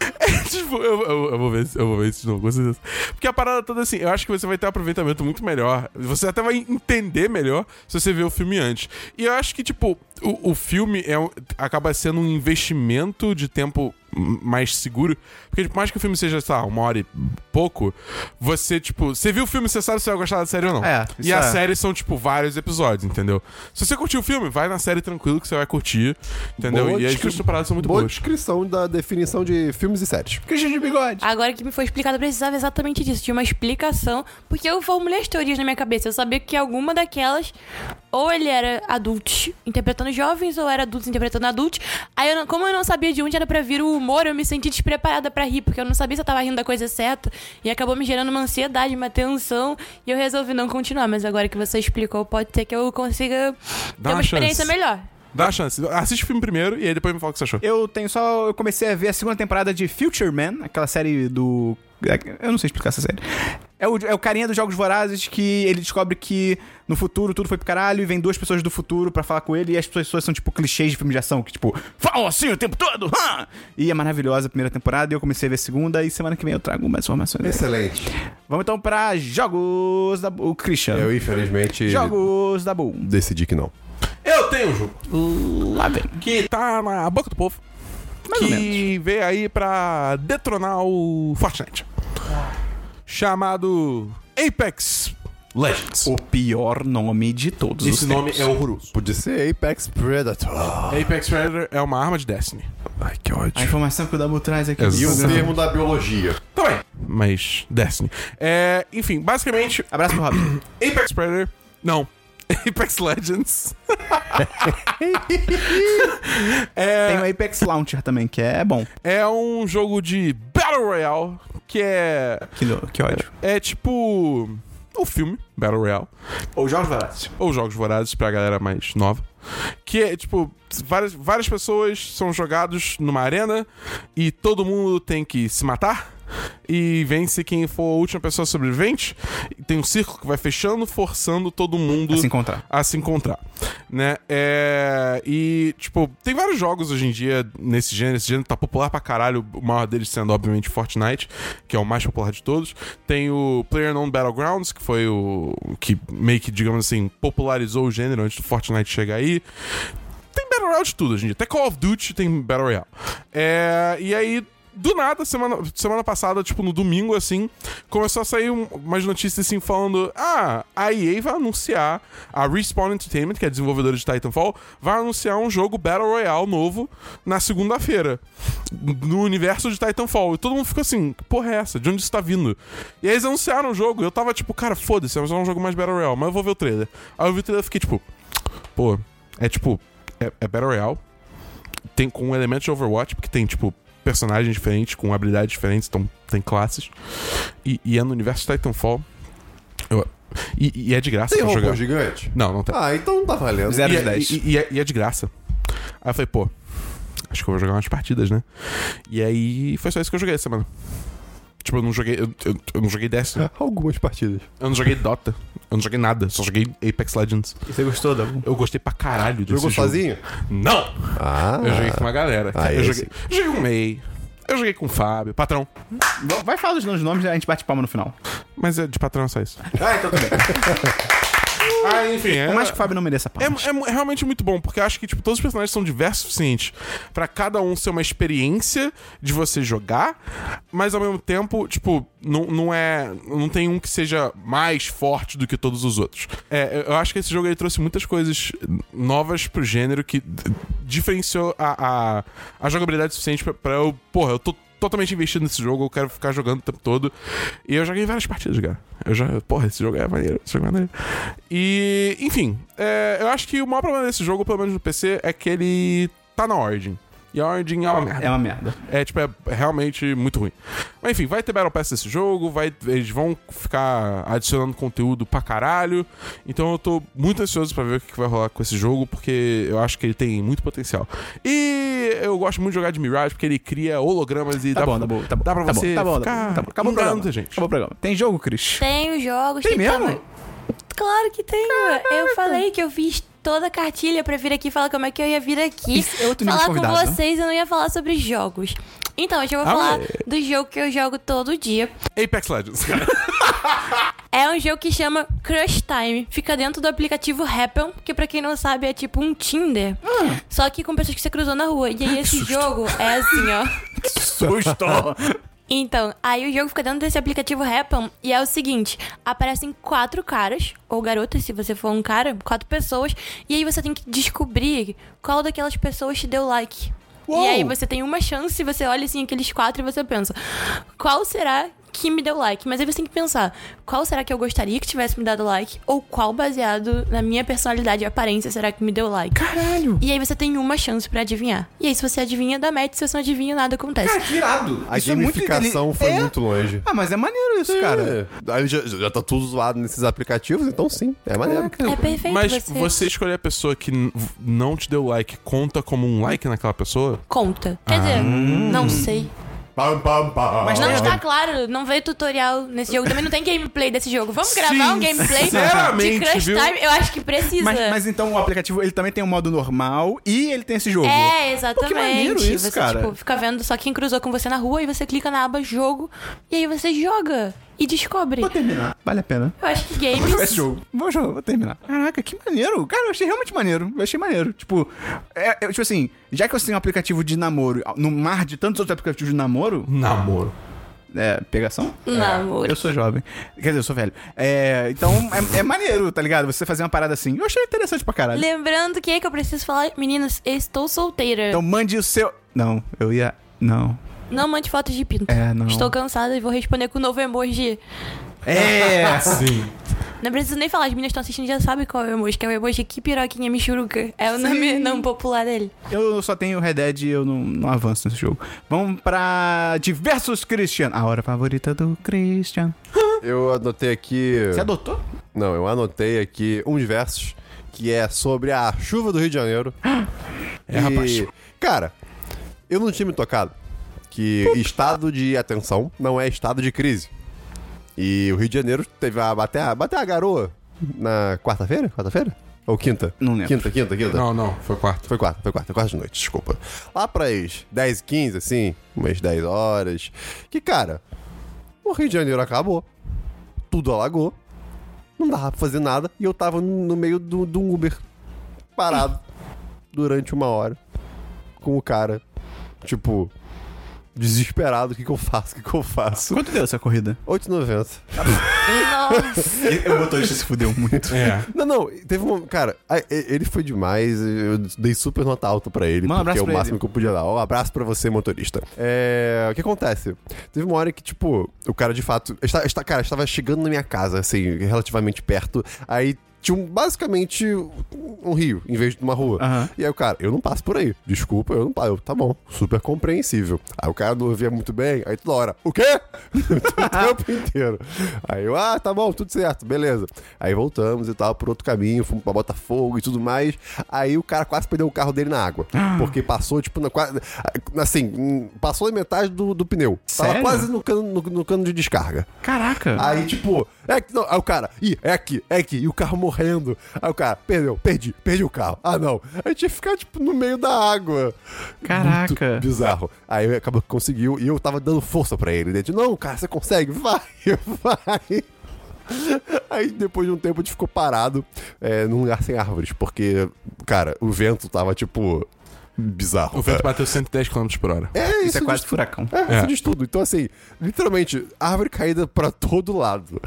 Speaker 4: tipo, eu, eu- eu vou ver, isso- eu vou ver isso de novo, com certeza. Porque a parada toda assim, eu acho que você vai ter um aproveitamento muito melhor. Você até vai entender melhor se você ver o filme antes. E eu acho que, tipo, o, o filme é, um- acaba sendo um investimento de tempo m- mais seguro. Porque, tipo, por mais que o filme seja, sei lá, uma hora e pouco, você, tipo, você viu o filme, você sabe se você vai gostar da série ou não.
Speaker 1: É,
Speaker 4: e
Speaker 1: isso
Speaker 4: a
Speaker 1: é.
Speaker 4: série são, tipo, vários episódios, entendeu? Se você curtiu o filme, vai na série tranquilo que você vai curtir, entendeu?
Speaker 2: Boa
Speaker 4: e as
Speaker 2: descri-
Speaker 4: duas temporadas são muito
Speaker 2: Boa
Speaker 4: boas.
Speaker 2: descrição da definição de filmes e séries.
Speaker 1: Christian de bigode.
Speaker 3: Agora que me foi explicado, eu precisava exatamente disso, de uma explicação, porque eu formulei as teorias na minha cabeça. Eu sabia que alguma daquelas, ou ele era adultos interpretando jovens, ou era adultos interpretando adultos. Aí, eu não- como eu não sabia de onde era pra vir o humor, eu me senti despreparada pra rir, porque eu não sabia se eu tava rindo da coisa certa, e acabou me gerando uma ansiedade, uma tensão, e eu resolvi não continuar. Mas agora que você explicou, pode ser que eu consiga ter
Speaker 4: Dá
Speaker 3: uma,
Speaker 4: uma
Speaker 3: experiência
Speaker 4: chance.
Speaker 3: melhor.
Speaker 4: Dá a chance. Assiste o filme primeiro e aí depois me fala o que você achou.
Speaker 1: Eu tenho só. Eu comecei a ver a segunda temporada de Future Man, aquela série do. Eu não sei explicar essa série. É o, é o carinha dos Jogos Vorazes que ele descobre que no futuro tudo foi pro caralho e vem duas pessoas do futuro pra falar com ele e as pessoas são tipo clichês de filme de ação, que tipo, falam assim o tempo todo! hã?" E é maravilhosa a primeira temporada e eu comecei a ver a segunda e semana que vem eu trago mais informações.
Speaker 2: Excelente.
Speaker 1: Vamos então pra Jogos da. O Christian.
Speaker 2: Eu, infelizmente,
Speaker 1: Jogos da Bull.
Speaker 2: decidi que não.
Speaker 4: Eu tenho um jogo
Speaker 1: Lá vem.
Speaker 4: que tá na boca do povo.
Speaker 1: ou
Speaker 4: que veio aí pra detronar o Fortnite. Chamado Apex Legends.
Speaker 1: O pior nome de todos
Speaker 4: Esse
Speaker 1: os
Speaker 4: nome
Speaker 1: tempos.
Speaker 4: é horroroso.
Speaker 2: Podia ser Apex Predator.
Speaker 4: Apex Predator é uma arma de Destiny.
Speaker 2: Ai, que
Speaker 1: A
Speaker 2: ódio.
Speaker 1: informação que o Dabu traz aqui.
Speaker 4: Exato.
Speaker 2: E o
Speaker 1: Programa.
Speaker 2: termo da biologia.
Speaker 4: Também. Mas Destiny. É, enfim, basicamente,
Speaker 1: Abraço pro Robson.
Speaker 4: Apex Predator. Não. Apex Legends. é,
Speaker 1: Tem o Apex Launcher também, que é bom.
Speaker 4: é um jogo de Battle Royale que é.
Speaker 1: Que, no- que ódio.
Speaker 4: É tipo. O filme, Battle Royale.
Speaker 1: Ou Jorge Varazzi.
Speaker 4: ou Jogos Vorazes pra galera mais nova. Que é, tipo, várias, várias pessoas são jogados numa arena e todo mundo tem que se matar. E vence quem for a última pessoa sobrevivente. E Tem um círculo que vai fechando, forçando todo mundo
Speaker 1: A se encontrar.
Speaker 4: a se encontrar, né? É, e, tipo, tem vários jogos hoje em dia nesse gênero. Esse gênero tá popular pra caralho. O maior deles sendo, obviamente, Fortnite, que é o mais popular de todos. Tem o PlayerUnknown Battlegrounds, que foi o... que meio que, digamos assim, popularizou o gênero antes do Fortnite chegar aí. Tem Battle Royale de tudo hoje em dia. Até Call of Duty tem Battle Royale. É, e aí... do nada, semana, semana passada, tipo, no domingo, assim, começou a sair um- umas notícias, assim, falando... Ah, a EA vai anunciar... A Respawn Entertainment, que é a desenvolvedora de Titanfall, vai anunciar um jogo Battle Royale novo na segunda-feira. No universo de Titanfall. E todo mundo ficou assim... Que porra é essa? De onde isso tá vindo? E aí eles anunciaram o jogo. e Eu tava, tipo... Cara, foda-se. É um jogo mais Battle Royale. Mas eu vou ver o trailer. Aí eu vi o trailer e fiquei, tipo... Pô, é tipo... É, é Battle Royale tem com um elemento de Overwatch, porque tem, tipo, personagens diferentes, com habilidades diferentes, então tem classes. E, e é no universo Titanfall. Eu- e, e é de graça
Speaker 2: Tem
Speaker 4: pra
Speaker 2: robô
Speaker 4: jogar.
Speaker 2: gigante?
Speaker 4: Não, não tem.
Speaker 2: Ah, então não tá valendo.
Speaker 1: Zero
Speaker 4: e,
Speaker 1: de
Speaker 4: é,
Speaker 1: 10.
Speaker 4: e- e é, e é de graça. Aí eu falei, pô, acho que eu vou jogar umas partidas, né? E aí foi só isso que eu joguei essa semana. Tipo, eu não joguei. Eu, eu- eu não joguei Destiny.
Speaker 2: é- Algumas partidas.
Speaker 4: Eu não joguei Dota. Eu não joguei nada. Só joguei Apex Legends.
Speaker 1: Você gostou, Dabu?
Speaker 4: Eu gostei pra caralho desse
Speaker 2: Jogou
Speaker 4: jogo.
Speaker 2: sozinho?
Speaker 4: Não!
Speaker 2: Ah.
Speaker 4: Eu joguei com uma galera.
Speaker 2: Ah,
Speaker 4: eu
Speaker 2: esse.
Speaker 4: joguei, joguei com o May. Eu joguei com o Fábio. Patrão.
Speaker 1: Vai falar os nomes, a gente bate palma no final.
Speaker 4: Mas é de patrão é só isso.
Speaker 1: Ah, então também.
Speaker 4: Ah, enfim. É,
Speaker 1: Por mais que o Fábio não mereça palma.
Speaker 4: é, é mu- é realmente muito bom, porque eu acho que tipo, todos os personagens são diversos o suficiente pra cada um ser uma experiência de você jogar, mas ao mesmo tempo, tipo, não, não é. Não tem um que seja mais forte do que todos os outros. É, eu- eu acho que esse jogo ele trouxe muitas coisas novas pro gênero que d- diferenciou a, a, a jogabilidade suficiente pra, pra eu. Porra, eu tô totalmente investido nesse jogo, eu quero ficar jogando o tempo todo. E eu joguei várias partidas, cara. Eu já. Porra, esse jogo é maneiro, esse jogo é maneiro. E, enfim, é, eu acho que o maior problema desse jogo, pelo menos no PC, é que ele tá na Origin. E a Origin é uma merda.
Speaker 1: É uma merda.
Speaker 4: É, tipo, é realmente muito ruim. Mas enfim, vai ter Battle Pass nesse jogo, vai, eles vão ficar adicionando conteúdo pra caralho. Então eu tô muito ansioso pra ver o que que vai rolar com esse jogo, porque eu acho que ele tem muito potencial. E eu gosto muito de jogar de Mirage, porque ele cria hologramas e
Speaker 1: Tá
Speaker 4: dá
Speaker 1: bom,
Speaker 4: pra,
Speaker 1: tá bom, tá bom.
Speaker 4: dá pra
Speaker 1: tá
Speaker 4: você
Speaker 1: bom, tá bom,
Speaker 4: ficar
Speaker 1: tá bom. Acabou o
Speaker 4: enganando
Speaker 1: programa.
Speaker 4: gente.
Speaker 1: Acabou o programa. Tem jogo, Cris?
Speaker 3: Tem os jogos.
Speaker 1: Tem mesmo?
Speaker 3: tamanho. Claro que tem. ué. Eu falei que eu fiz toda a cartilha pra vir aqui falar como é que eu ia vir aqui.
Speaker 1: Isso é outro nível de
Speaker 3: falar com
Speaker 1: convidado, né?
Speaker 3: vocês, eu não ia falar sobre jogos. Então, hoje eu vou
Speaker 4: Ah,
Speaker 3: falar
Speaker 4: mas-
Speaker 3: do jogo que eu jogo todo dia.
Speaker 4: Apex Legends, cara.
Speaker 3: É um jogo que chama Crush Time. Fica dentro do aplicativo Happn, que pra quem não sabe é tipo um Tinder. Só que com pessoas que você cruzou na rua. E aí esse jogo é assim, ó.
Speaker 1: Gostou.
Speaker 3: Então, aí o jogo fica dentro desse aplicativo Happn e é o seguinte: aparecem quatro caras, ou garotas, se você for um cara, quatro pessoas, e aí você tem que descobrir qual daquelas pessoas te deu like. E aí você tem uma chance, você olha assim aqueles quatro e você pensa: qual será que me deu like? Mas aí você tem que pensar: qual será que eu gostaria que tivesse me dado like? Ou qual, baseado na minha personalidade e aparência, será que me deu like?
Speaker 1: Caralho.
Speaker 3: E aí você tem uma chance pra adivinhar. E aí, se você adivinha, dá match, se você não adivinha, nada acontece.
Speaker 1: Que irado.
Speaker 2: A gamificação
Speaker 1: intelig-
Speaker 2: foi
Speaker 1: É?
Speaker 2: muito longe.
Speaker 1: Ah, mas é maneiro isso, cara.
Speaker 2: É. Aí já, já tá tudo zoado nesses aplicativos, então sim, é maneiro.
Speaker 3: É perfeito
Speaker 4: Mas
Speaker 3: você.
Speaker 4: você escolher a pessoa que n- v- não te deu like conta como um like naquela pessoa?
Speaker 3: Conta. Quer dizer,
Speaker 4: Ah.
Speaker 3: não sei.
Speaker 2: Pam, pam, pam.
Speaker 1: Mas
Speaker 3: Não
Speaker 1: É.
Speaker 3: está claro, não veio tutorial nesse jogo. Também não tem gameplay desse jogo. Vamos gravar um gameplay de
Speaker 4: Sinceramente,
Speaker 3: Crush
Speaker 4: viu?
Speaker 3: Time? Eu acho que precisa.
Speaker 1: Mas, mas então o aplicativo ele também tem um modo normal e ele tem esse jogo.
Speaker 3: É,
Speaker 1: Pô,
Speaker 3: exatamente.
Speaker 1: que maneiro isso,
Speaker 3: você,
Speaker 1: cara.
Speaker 3: tipo, fica vendo só quem cruzou com você na rua e você clica na aba jogo e aí você joga e descobre.
Speaker 1: Vou terminar. Vale a pena.
Speaker 3: Eu acho que
Speaker 1: Vou jogar esse
Speaker 3: games.
Speaker 1: é jogo. Vou jogar, vou terminar. Caraca, que maneiro. Cara, eu achei realmente maneiro. Eu achei maneiro. Tipo, é, eu- tipo assim, já que você tem um aplicativo de namoro no mar de tantos outros aplicativos de namoro,
Speaker 4: Namoro.
Speaker 1: é, pegação?
Speaker 3: Namoro.
Speaker 1: Eu sou jovem. Quer dizer, eu sou velho. É, então, é, é maneiro, tá ligado? Você fazer uma parada assim. Eu achei interessante pra caralho.
Speaker 3: Lembrando que é que eu preciso falar, meninos, estou solteira.
Speaker 1: Então mande o seu... Não, eu ia... Não.
Speaker 3: Não mande fotos de pinto.
Speaker 1: É, não.
Speaker 3: Estou cansada e vou responder com o novo emoji.
Speaker 1: É,
Speaker 4: Sim.
Speaker 3: Não preciso nem falar, as meninas que estão assistindo já sabem qual é o emoji, que é o emoji que piroquinha michuruca. É o nome não popular dele.
Speaker 1: Eu só tenho Red Dead e eu não, não avanço nesse jogo. Vamos pra diversos Christian. A hora favorita do Christian.
Speaker 2: Eu anotei aqui.
Speaker 1: Você adotou?
Speaker 2: Não, eu anotei aqui uns versos que é sobre a chuva do Rio de Janeiro.
Speaker 4: É, rapaz.
Speaker 2: Cara, eu não tinha me tocado que estado de atenção não é estado de crise. E o Rio de Janeiro teve a bater a, bater a garoa na quarta-feira? Quarta-feira? Ou quinta?
Speaker 1: Não lembro.
Speaker 2: Quinta, quinta, quinta.
Speaker 4: Não, não, foi quarto.
Speaker 2: Foi quarta, foi quarta, quarta de noite, desculpa. Lá pras 10 e 15, assim, umas 10 horas. Que, cara, o Rio de Janeiro acabou. Tudo alagou. Não dava pra fazer nada. E eu tava no no meio do- de um Uber. Parado. durante uma hora. Com o cara. Tipo. desesperado, o que que eu faço, o que que eu faço?
Speaker 1: Quanto deu essa corrida?
Speaker 2: 8,90.
Speaker 3: Nossa.
Speaker 1: O motorista se fudeu muito.
Speaker 4: É.
Speaker 2: Não, não, teve um. Cara, a- e- ele foi demais. Eu dei super nota alta pra ele,
Speaker 1: Manda um
Speaker 2: porque
Speaker 1: abraço
Speaker 2: é o
Speaker 1: pra
Speaker 2: máximo
Speaker 1: ele.
Speaker 2: que eu podia dar. Um abraço pra você, motorista. É. O que acontece? Teve uma hora que, tipo, o cara de fato. Está, está, cara, estava chegando na minha casa, assim, relativamente perto. Aí. Tinha um, basicamente um rio em vez de uma rua.
Speaker 1: Aham.
Speaker 2: E aí o cara, eu não passo por aí. Desculpa, eu não passo. Eu, tá bom, super compreensível. Aí o cara não ouvia muito bem, aí toda hora, o quê? o tempo inteiro. Aí eu, ah, tá bom, tudo certo, beleza. Aí voltamos e tal, por outro caminho, fomos pra Botafogo e tudo mais. Aí o cara quase perdeu o carro dele na água. Porque passou, tipo, na, quase, assim, hum, passou em metade do, do pneu.
Speaker 1: Sério?
Speaker 2: Tava quase no cano, no- no cano de descarga.
Speaker 1: Caraca.
Speaker 2: Aí, tipo, é que não. Aí o cara, ih, é aqui, é aqui, e o carro morrendo. Aí o cara, perdeu, perdi, perdi o carro. Ah, não. A gente ia ficar, tipo, no meio da água.
Speaker 1: Caraca.
Speaker 2: Muito bizarro. Aí acabou que conseguiu e eu tava dando força pra ele. Né? Tipo, não, cara, você consegue, vai, vai. Aí depois de um tempo a gente ficou parado é, num lugar sem árvores, porque, cara, o vento tava, tipo, bizarro.
Speaker 4: O vento
Speaker 2: cara.
Speaker 4: bateu 110 km por hora.
Speaker 2: é, isso,
Speaker 1: Isso é quase
Speaker 2: de-
Speaker 1: furacão.
Speaker 2: é,
Speaker 4: É.
Speaker 2: isso diz tudo. Então, assim, literalmente, árvore caída pra todo lado.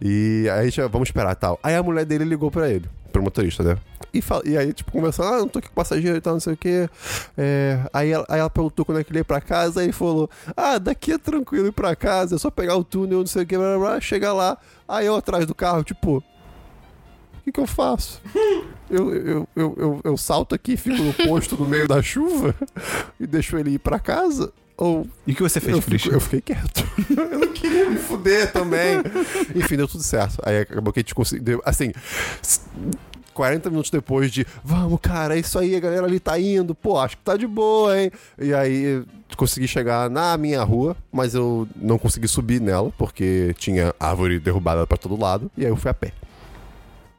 Speaker 2: E aí, já, vamos esperar tal. Aí a mulher dele ligou pra ele, pro motorista, né? E, fala- e aí, tipo, conversando, ah, não tô aqui com passageiro e tal, não sei o quê. É, aí, ela, aí ela perguntou quando é que ele ia pra casa, aí falou, ah, daqui é tranquilo ir pra casa, é só pegar o túnel, não sei o quê, blá, blá, blá, chegar lá. Aí eu atrás do carro, tipo, o que que eu faço? Eu, eu, eu, eu, eu salto aqui, fico no posto no meio da chuva e deixo ele ir pra casa? Ou
Speaker 1: E o que você fez,
Speaker 2: eu, fico-
Speaker 1: Christian?
Speaker 2: eu fiquei quieto. eu não queria me fuder também. Enfim, deu tudo certo. Aí acabou que a gente conseguiu. Assim. s- 40 minutos depois de vamos, cara, é isso aí, a galera ali tá indo, pô, acho que tá de boa, hein? E aí consegui chegar na minha rua, mas eu não consegui subir nela, porque tinha árvore derrubada pra todo lado, e aí eu fui a pé.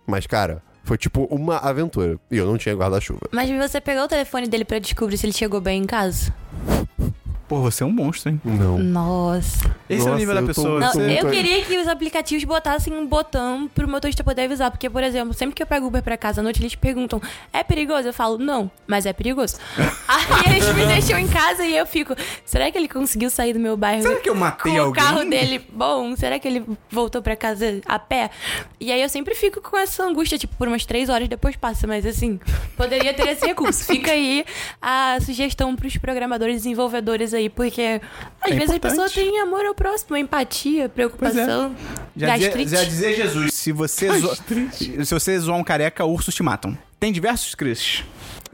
Speaker 2: Mas, cara, foi tipo uma aventura. E eu não tinha guarda-chuva.
Speaker 3: Mas você pegou o telefone dele pra descobrir se ele chegou bem em casa?
Speaker 1: Pô, você é um monstro, hein?
Speaker 2: Não.
Speaker 3: Nossa.
Speaker 1: Esse é o
Speaker 2: Nossa,
Speaker 1: nível da
Speaker 2: eu tô-
Speaker 1: pessoa.
Speaker 3: Não,
Speaker 2: sou
Speaker 1: Você-
Speaker 2: muito
Speaker 3: eu
Speaker 2: aí.
Speaker 3: queria que os aplicativos botassem um botão pro motorista poder avisar. Porque, por exemplo, sempre que eu pego Uber pra casa à noite, eles perguntam: é perigoso? Eu falo: não, mas é perigoso. Aí eles me deixam em casa e eu fico: será que ele conseguiu sair do meu bairro?
Speaker 1: Será que eu matei
Speaker 3: com o
Speaker 1: alguém?
Speaker 3: carro dele bom? Será que ele voltou pra casa a pé? E aí eu sempre fico com essa angústia, tipo, por umas três horas depois passa, mas assim, poderia ter esse recurso. Fica aí a sugestão pros programadores e desenvolvedores aí, porque às
Speaker 1: É
Speaker 3: vezes
Speaker 1: importante. é.
Speaker 3: a pessoa tem amor ao próximo, empatia, preocupação,
Speaker 1: Já dizia,
Speaker 3: gastrite.
Speaker 1: já dizia Jesus, se você, zo... se você zoar um careca, ursos te matam. Tem diversos Chris.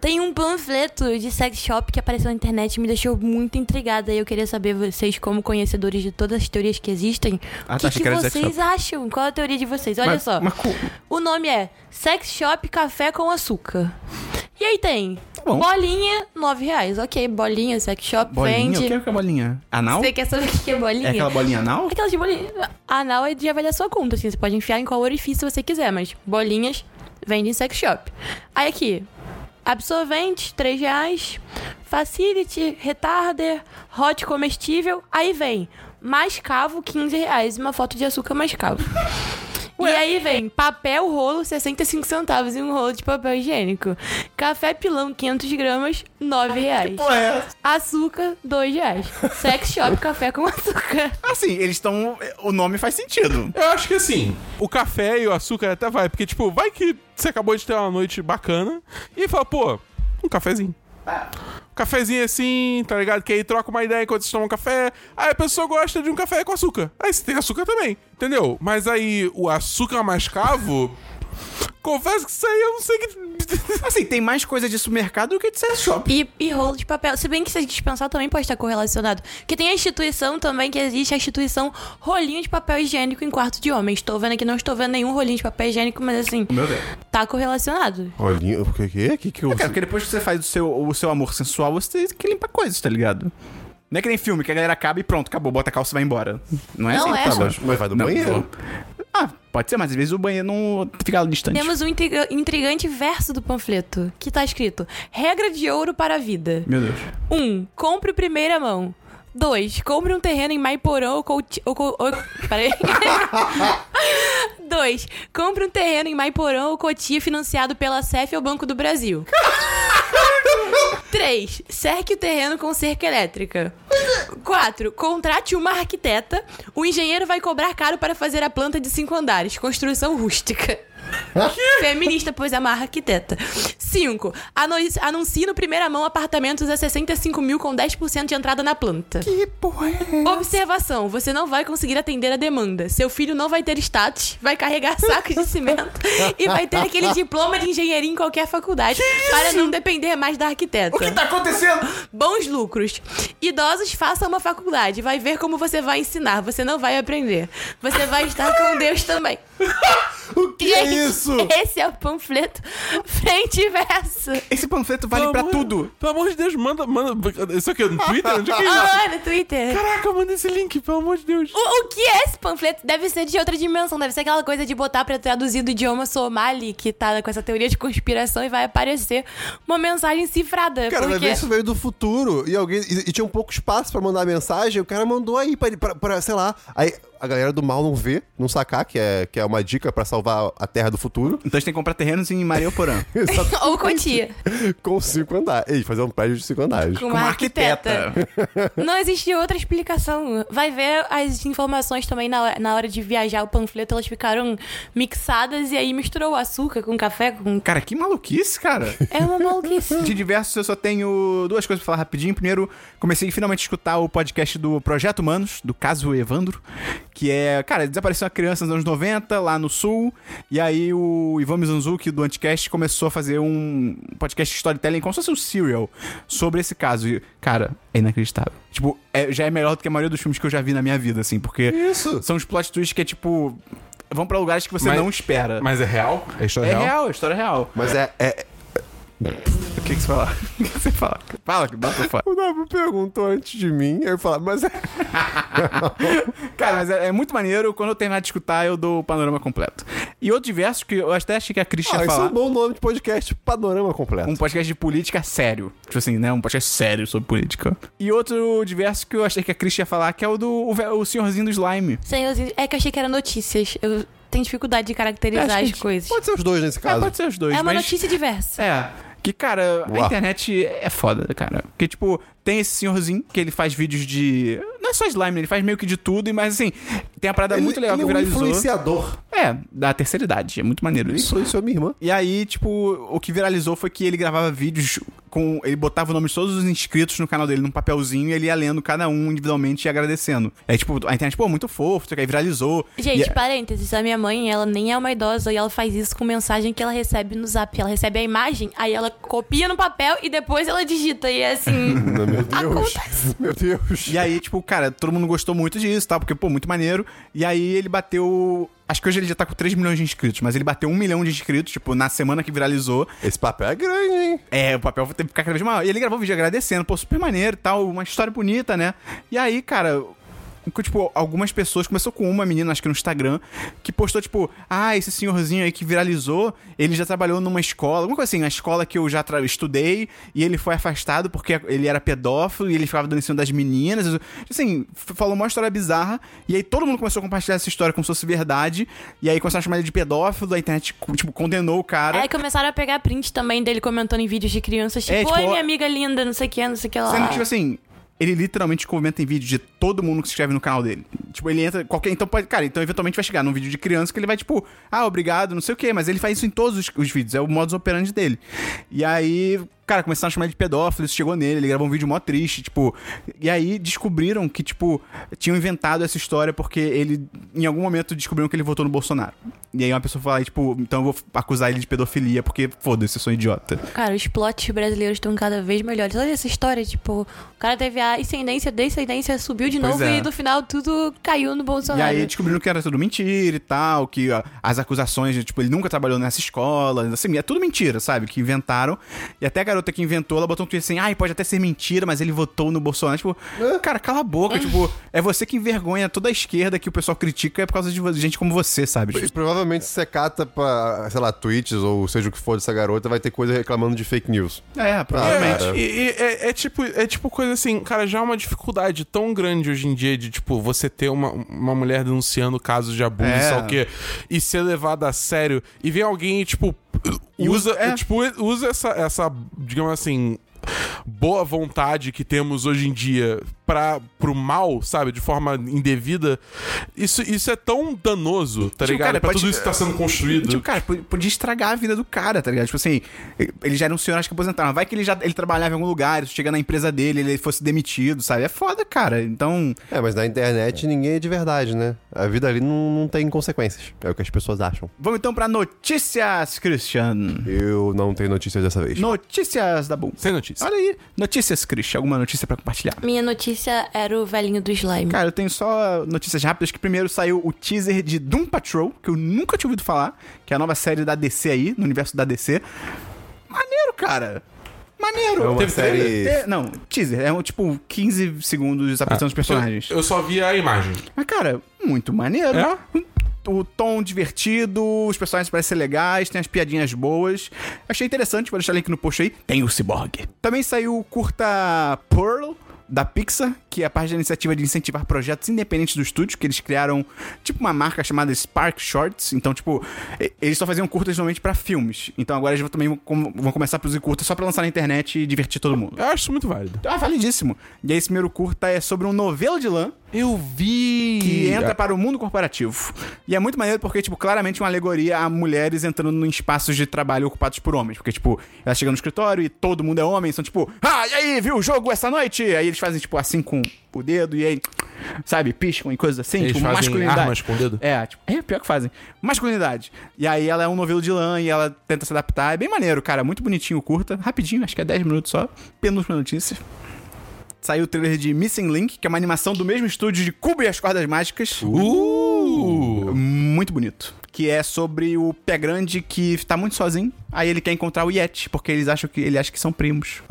Speaker 3: Tem um panfleto de sex shop que apareceu na internet e me deixou muito intrigada. E eu queria saber vocês, como conhecedores de todas as teorias que existem,
Speaker 1: Ah, tá,
Speaker 3: o que,
Speaker 1: achei
Speaker 3: que,
Speaker 1: que era de sex
Speaker 3: vocês acham? Qual a teoria de vocês? Olha
Speaker 1: Mas-
Speaker 3: só.
Speaker 1: mas co-
Speaker 3: O nome é Sex Shop Café com Açúcar. E aí tem
Speaker 1: Tá bom.
Speaker 3: bolinha, 9 reais. Ok, bolinha, sex shop,
Speaker 1: Bolinha? O que
Speaker 3: vende.
Speaker 1: é que é bolinha? Anal?
Speaker 3: Você quer saber o que é bolinha?
Speaker 1: É aquela bolinha anal?
Speaker 3: Aquelas de bolinha. tipo, Anal é de avaliar sua conta, assim. Você pode enfiar em qual orifício você quiser, mas tipo, bolinhas vende em sex shop. Aí aqui. Absorvente, 3 reais. Facility, retarder, hot comestível. Aí vem mascavo, 15 reais. Uma foto de açúcar mascavo. E aí vem papel rolo, 65 centavos e um rolo de papel higiênico. Café pilão, 500 gramas, 9 reais.
Speaker 1: Porra, é.
Speaker 3: Açúcar, 2 reais. Sex shop, café com açúcar.
Speaker 1: Assim, eles estão. O nome faz sentido.
Speaker 4: Eu acho que assim, o café e o açúcar até vai, porque, tipo, vai que você acabou de ter uma noite bacana e fala, pô, um cafezinho. Um cafezinho assim, tá ligado? Que aí troca uma ideia enquanto vocês tomam um café. Aí a pessoa gosta de um café com açúcar. Aí você tem açúcar também, entendeu? Mas aí o açúcar mascavo. Confesso que isso aí eu não sei que.
Speaker 1: Assim, tem mais coisa de supermercado do que de sex shop.
Speaker 3: E, e rolo de papel. Se bem que se a gente pensar também pode estar correlacionado. Porque tem a instituição também que existe, a instituição rolinho de papel higiênico em quarto de homem. Estou vendo aqui, não estou vendo nenhum rolinho de papel higiênico, mas assim,
Speaker 1: Meu Deus.
Speaker 3: tá correlacionado.
Speaker 2: Olhinho, o que que é? O que que eu...
Speaker 1: Cara, porque depois que você faz o seu, o seu amor sensual, você tem que limpar coisas, tá ligado? Não é que nem filme, que a galera acaba e pronto, acabou, bota a calça e vai embora. Não é
Speaker 3: Não
Speaker 1: assim,
Speaker 3: é.
Speaker 1: tá,
Speaker 2: Mas- mas vai do banheiro.
Speaker 1: Ah, pode ser, mas às vezes o banheiro não fica distante.
Speaker 3: Temos um intriga- intrigante verso do panfleto, que tá escrito: Regra de ouro para a vida.
Speaker 1: Meu Deus.
Speaker 3: 1. Um, compre primeira mão. 2. Compre um terreno em Maiporã ou Couti... Ou, Cou- ou, peraí. 2. Compre um terreno em Maiporã ou Cotia financiado pela CEF ou Banco do Brasil. Três, Cerque o terreno com cerca elétrica. Quatro, Contrate uma arquiteta. O engenheiro vai cobrar caro para fazer a planta de cinco andares. Construção rústica. Feminista, pois amarra arquiteta. Cinco, anu- Anuncie no primeira mão apartamentos a 65 mil com 10% de entrada na planta.
Speaker 1: Que porra é?
Speaker 3: Observação: você não vai conseguir atender a demanda. Seu filho não vai ter status, vai carregar sacos de cimento e vai ter aquele diploma de engenharia em qualquer faculdade para não depender mais da arquiteta.
Speaker 1: O que tá acontecendo?
Speaker 3: Bons lucros. Idosos, faça uma faculdade. Vai ver como você vai ensinar. Você não vai aprender. Você vai estar com Deus também.
Speaker 2: O que é isso?
Speaker 3: Esse é o panfleto frente e verso.
Speaker 1: Esse panfleto vale pra
Speaker 4: amor-
Speaker 1: tudo.
Speaker 4: Pelo amor de Deus, manda. manda isso aqui é no Twitter? Onde é que é isso?
Speaker 3: Ah, no Twitter.
Speaker 4: Caraca, manda esse link, pelo amor de Deus.
Speaker 3: O, o que é esse panfleto? Deve ser de outra dimensão, deve ser aquela coisa de botar pra traduzir do idioma somali, que tá com essa teoria de conspiração e vai aparecer uma mensagem cifrada.
Speaker 2: Cara, vai
Speaker 3: porque...
Speaker 2: ver isso veio do futuro e alguém e, e tinha um pouco espaço pra mandar mensagem. O cara mandou aí pra, pra, pra, sei lá. Aí a galera do mal não vê, não sacar, que é, que é uma dica pra salvar a terra do futuro.
Speaker 1: Então a gente tem que comprar terrenos em Mariuporã.
Speaker 2: Exato.
Speaker 3: Ou Cotia,
Speaker 2: com cinco andares. Ei, fazer um prédio de cinco andares.
Speaker 3: com
Speaker 1: Com
Speaker 3: uma, arquiteta. Não existe outra explicação. Vai ver as informações também na hora, na hora de viajar o panfleto, elas ficaram mixadas e aí misturou açúcar com café. Com...
Speaker 1: Cara, que maluquice, cara.
Speaker 3: É uma maluquice.
Speaker 1: De diversos, eu só tenho duas coisas pra falar rapidinho. Primeiro, comecei finalmente a escutar o podcast do Projeto Humanos, do caso Evandro, que é, cara, desapareceu uma criança nos anos 90, lá no sul, e aí o Ivan Mizanzuki, do Anticast, começou a fazer um podcast de storytelling, como se fosse um serial, sobre esse caso. E, cara, é inacreditável. Tipo, é- já é melhor do que a maioria dos filmes que eu já vi na minha vida, assim, porque
Speaker 2: Isso.
Speaker 1: são os plot twists que é, tipo, vão pra lugares que você
Speaker 4: Mas-
Speaker 1: não espera.
Speaker 4: Mas é real? É história
Speaker 1: é real,
Speaker 4: real?
Speaker 1: é história real.
Speaker 2: Mas é. é...
Speaker 1: O que, que você fala? O que, que você fala? Fala, que bota fora.
Speaker 2: O Dabu perguntou antes de mim, eu falar, mas é.
Speaker 1: Cara, mas é, é muito maneiro. Quando eu terminar de escutar, eu dou o panorama completo. E outro diverso que eu até achei que a Cris
Speaker 2: Ah,
Speaker 1: ia
Speaker 2: isso é
Speaker 1: falar.
Speaker 2: um bom nome de podcast, panorama completo.
Speaker 1: Um podcast de política sério. Tipo assim, né? Um podcast sério sobre política. E outro diverso que eu achei que a Cris ia falar, que é o do o, ve- o senhorzinho do slime.
Speaker 3: Senhorzinho, é que eu achei que era notícias. Eu tenho dificuldade de caracterizar
Speaker 1: Acho que a
Speaker 3: as
Speaker 1: gente
Speaker 3: coisas.
Speaker 2: Pode ser os dois nesse
Speaker 1: É,
Speaker 2: caso.
Speaker 1: pode ser os dois,
Speaker 3: É uma
Speaker 1: mas-
Speaker 3: notícia diversa.
Speaker 1: É. Que, cara,
Speaker 2: Uau.
Speaker 1: a internet é foda, cara. Porque, tipo, tem esse senhorzinho que ele faz vídeos de. Não é só slime, né? ele faz meio que de tudo, mas assim, tem uma parada
Speaker 2: Ele-
Speaker 1: muito legal
Speaker 2: ele
Speaker 1: que
Speaker 2: é um
Speaker 1: viralizou.
Speaker 2: influenciador.
Speaker 1: É, da terceira idade. É muito maneiro
Speaker 2: Ele
Speaker 1: isso.
Speaker 2: influenciou minha irmã.
Speaker 1: E aí, tipo, o que viralizou foi que ele gravava vídeos com. Ele botava o nome de todos os inscritos no canal dele num papelzinho e ele ia lendo cada um individualmente e agradecendo. É tipo, a internet, pô, muito fofo, isso aqui aí viralizou.
Speaker 3: Gente,
Speaker 1: E- é-
Speaker 3: parênteses, a minha mãe, ela nem é uma idosa e ela faz isso com mensagem que ela recebe no zap. Ela recebe a imagem, aí ela copia no papel e depois ela digita. E é assim.
Speaker 2: Meu Deus.
Speaker 3: Acontece.
Speaker 2: Meu Deus.
Speaker 1: E aí, tipo, cara, todo mundo gostou muito disso, tá? Porque, pô, muito maneiro. E aí ele bateu. Acho que hoje ele já tá com 3 milhões de inscritos, mas ele bateu 1 milhão de inscritos, tipo, na semana que viralizou.
Speaker 2: Esse papel é grande, hein?
Speaker 1: É, o papel teve que ficar cada vez maior. E ele gravou um vídeo agradecendo, pô, super maneiro e tal, uma história bonita, né? E aí, cara. que, Tipo, algumas pessoas, começou com uma menina, acho que no Instagram, que postou, tipo, ah, esse senhorzinho aí que viralizou, ele já trabalhou numa escola, alguma coisa assim, uma escola que eu já tra- estudei, e ele foi afastado porque ele era pedófilo e ele ficava dando em cima das meninas. Assim, f- falou uma história bizarra, e aí todo mundo começou a compartilhar essa história como se fosse verdade, e aí começaram a chamar ele de pedófilo, a internet, tipo, condenou o cara.
Speaker 3: Aí começaram a pegar print também dele comentando em vídeos de crianças, tipo,
Speaker 1: É, tipo,
Speaker 3: oi,
Speaker 1: ó-
Speaker 3: minha amiga linda, não sei o que, não sei o que lá.
Speaker 1: Sendo que, tipo assim, ele literalmente comenta em vídeo de todo mundo que se inscreve no canal dele. Tipo, ele entra. Qualquer, então pode. Cara, então eventualmente vai chegar num vídeo de criança que ele vai, tipo, ah, obrigado, não sei o quê, mas ele faz isso em todos os, os vídeos, é o modus operandi dele. E aí. Cara, começaram a chamar ele de pedófilo, isso chegou nele, ele gravou um vídeo mó triste, tipo. E aí descobriram que, tipo, tinham inventado essa história porque ele, em algum momento, descobriram que ele votou no Bolsonaro. E aí uma pessoa fala, aí, tipo, então eu vou acusar ele de pedofilia porque, foda-se, eu sou um idiota.
Speaker 3: Cara, os plots brasileiros estão cada vez melhores. Olha essa história, tipo, o cara teve a ascendência, descendência, subiu de
Speaker 1: Pois
Speaker 3: novo
Speaker 1: é.
Speaker 3: e no final tudo caiu no
Speaker 1: E
Speaker 3: Bolsonaro.
Speaker 1: aí tipo- descobriram que era tudo mentira e tal, que ó, as acusações, de, tipo, ele nunca trabalhou nessa escola, assim, é tudo mentira, sabe? Que inventaram. E até a garota que inventou, ela botou um tweet assim, ai, pode até ser mentira, mas ele votou no Bolsonaro. Tipo, cara, cala a boca, tipo, é você que envergonha toda a esquerda que o pessoal critica é por causa de vo- gente como você, sabe? tipo,
Speaker 2: E Provavelmente se você cata pra, sei lá, tweets ou seja o que for dessa garota, vai ter coisa reclamando de fake news.
Speaker 1: É, provavelmente.
Speaker 2: Ah, cara.
Speaker 4: E- e- é, é tipo, é tipo coisa assim, cara, já é uma dificuldade tão grande hoje em dia de, tipo, você ter uma, uma mulher denunciando casos de abuso,
Speaker 1: É.
Speaker 4: sei lá o quê, e ser levada a sério, e vem alguém e, tipo, usa,
Speaker 1: é.
Speaker 4: tipo, usa essa, essa, digamos assim, boa vontade que temos hoje em dia para pro mal, sabe, de forma indevida. Isso, isso é tão danoso, tá
Speaker 1: Tipo,
Speaker 4: ligado?
Speaker 1: cara,
Speaker 4: pra
Speaker 1: pode-
Speaker 4: tudo isso que tá sendo construído.
Speaker 1: Tipo, cara, po- podia estragar a vida do cara, tá ligado? Tipo assim, ele já era um senhor, acho que aposentado. mas Vai que ele já ele trabalhava em algum lugar, isso chega na empresa dele, ele fosse demitido, sabe? É foda, cara. Então,
Speaker 2: É, mas na internet ninguém é de verdade, né? A vida ali não, não tem consequências. É o que as pessoas acham.
Speaker 1: vamos então pra notícias, Christian.
Speaker 2: Eu não tenho notícias dessa vez.
Speaker 1: Notícias da Boom.
Speaker 4: Sem notícia.
Speaker 1: Olha aí, notícias, Christian. Alguma notícia pra compartilhar?
Speaker 3: Minha notícia era o velhinho do slime.
Speaker 1: Cara, eu tenho só notícias rápidas que primeiro saiu o teaser de Doom Patrol, que eu nunca tinha ouvido falar, que é a nova série da DC aí, no universo da DC. Maneiro, cara. Maneiro.
Speaker 2: É uma
Speaker 1: Teve
Speaker 2: série-
Speaker 1: trailer? É, não, teaser. É um, tipo 15 segundos
Speaker 2: Ah.
Speaker 1: apresentando os personagens.
Speaker 4: Eu, eu só vi a imagem.
Speaker 1: Mas, cara, muito maneiro.
Speaker 4: É?
Speaker 1: O tom divertido, os personagens parecem ser legais, tem as piadinhas boas. Achei interessante, vou deixar o link no post aí. Tem o Cyborg. Também saiu o curta Pearl, da Pixar, que é a parte da iniciativa de incentivar projetos independentes do estúdio, que eles criaram, tipo, uma marca chamada Spark Shorts. Então, tipo, e- eles só faziam curtas normalmente pra filmes. Então agora eles vão- também vão, com- vão começar a produzir curtas só pra lançar na internet e divertir todo mundo.
Speaker 4: Eu acho isso muito válido.
Speaker 1: Ah, validíssimo. E aí, esse primeiro curta é sobre um novelo de lã
Speaker 4: Eu vi.
Speaker 1: que entra para o mundo corporativo. E é muito maneiro porque, tipo, claramente uma alegoria a mulheres entrando em espaços de trabalho ocupados por homens. Porque, tipo, elas chegam no escritório e todo mundo é homem, são tipo, ah, e aí, viu o jogo essa noite? Aí eles fazem, tipo, assim com o dedo e aí, sabe, piscam e coisas assim,
Speaker 4: Eles
Speaker 1: tipo,
Speaker 4: fazem
Speaker 1: masculinidade.
Speaker 4: armas com o dedo?
Speaker 1: É, tipo, é pior que fazem. Masculinidade. E aí ela é um novelo de lã e ela tenta se adaptar. É bem maneiro, cara. Muito bonitinho, curta. Rapidinho, acho que é 10 minutos só. Penúltima notícia. Saiu o trailer de Missing Link, que é uma animação do mesmo estúdio de Cubo e as Cordas Mágicas.
Speaker 4: Uh!
Speaker 1: Muito bonito. Que é sobre o pé grande que tá muito sozinho. Aí ele quer encontrar o Yeti, porque eles acham que ele acha que são primos.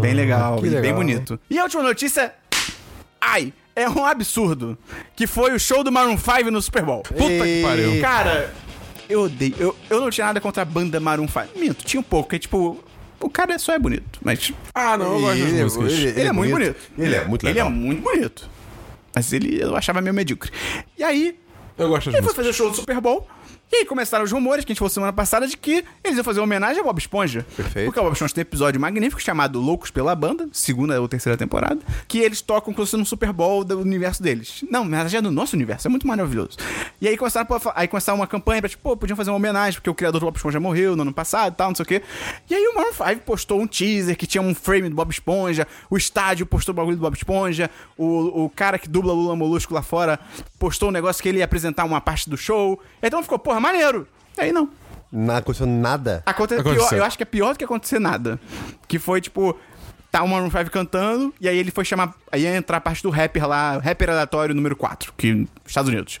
Speaker 1: bem legal,
Speaker 2: Ah, que
Speaker 1: e bem
Speaker 2: legal.
Speaker 1: bonito. E a última notícia. Ai! É um absurdo. Que foi o show do Maroon 5 no Super Bowl.
Speaker 4: Puta que pariu.
Speaker 1: Cara, eu odeio. Eu, eu não tinha nada contra a banda Maroon 5. Minto, tinha um pouco, porque, tipo, o cara só é bonito. Mas
Speaker 4: Ah, não, eu gosto das músicas.
Speaker 2: ele-
Speaker 1: ele, é, muito bonito.
Speaker 2: Ele é muito
Speaker 1: Ele é
Speaker 2: legal.
Speaker 1: muito bonito. Mas ele eu achava meio medíocre. E aí,
Speaker 4: Eu gosto das
Speaker 1: ele foi
Speaker 4: músicas.
Speaker 1: fazer o show do Super Bowl. E aí começaram os rumores que a gente falou semana passada de que eles iam fazer uma homenagem a Bob Esponja.
Speaker 2: Perfeito.
Speaker 1: Porque o Bob Esponja tem um episódio magnífico chamado Loucos pela Banda, segunda ou terceira temporada, que eles tocam como se fosse um Super Bowl do universo deles. Não, na verdade é do nosso universo, é muito maravilhoso. E aí começaram, a fa- aí começaram uma campanha pra tipo, pô, podiam fazer uma homenagem, porque o criador do Bob Esponja morreu no ano passado e tal, não sei o quê. E aí o Maroon 5 postou um teaser que tinha um frame do Bob Esponja, o estádio postou o bagulho do Bob Esponja, o, o cara que dubla Lula Molusco lá fora postou um negócio que ele ia apresentar uma parte do show. Então ficou, porra, maneiro. Aí não.
Speaker 2: Não aconteceu nada.
Speaker 1: Aconte...
Speaker 4: Aconteceu.
Speaker 1: pior- eu acho que é pior do que acontecer nada. Que foi, tipo, tá o Maroon 5 cantando, e aí ele foi chamar. Aí ia entrar a parte do rapper lá, rapper aleatório número 4, que Estados Unidos.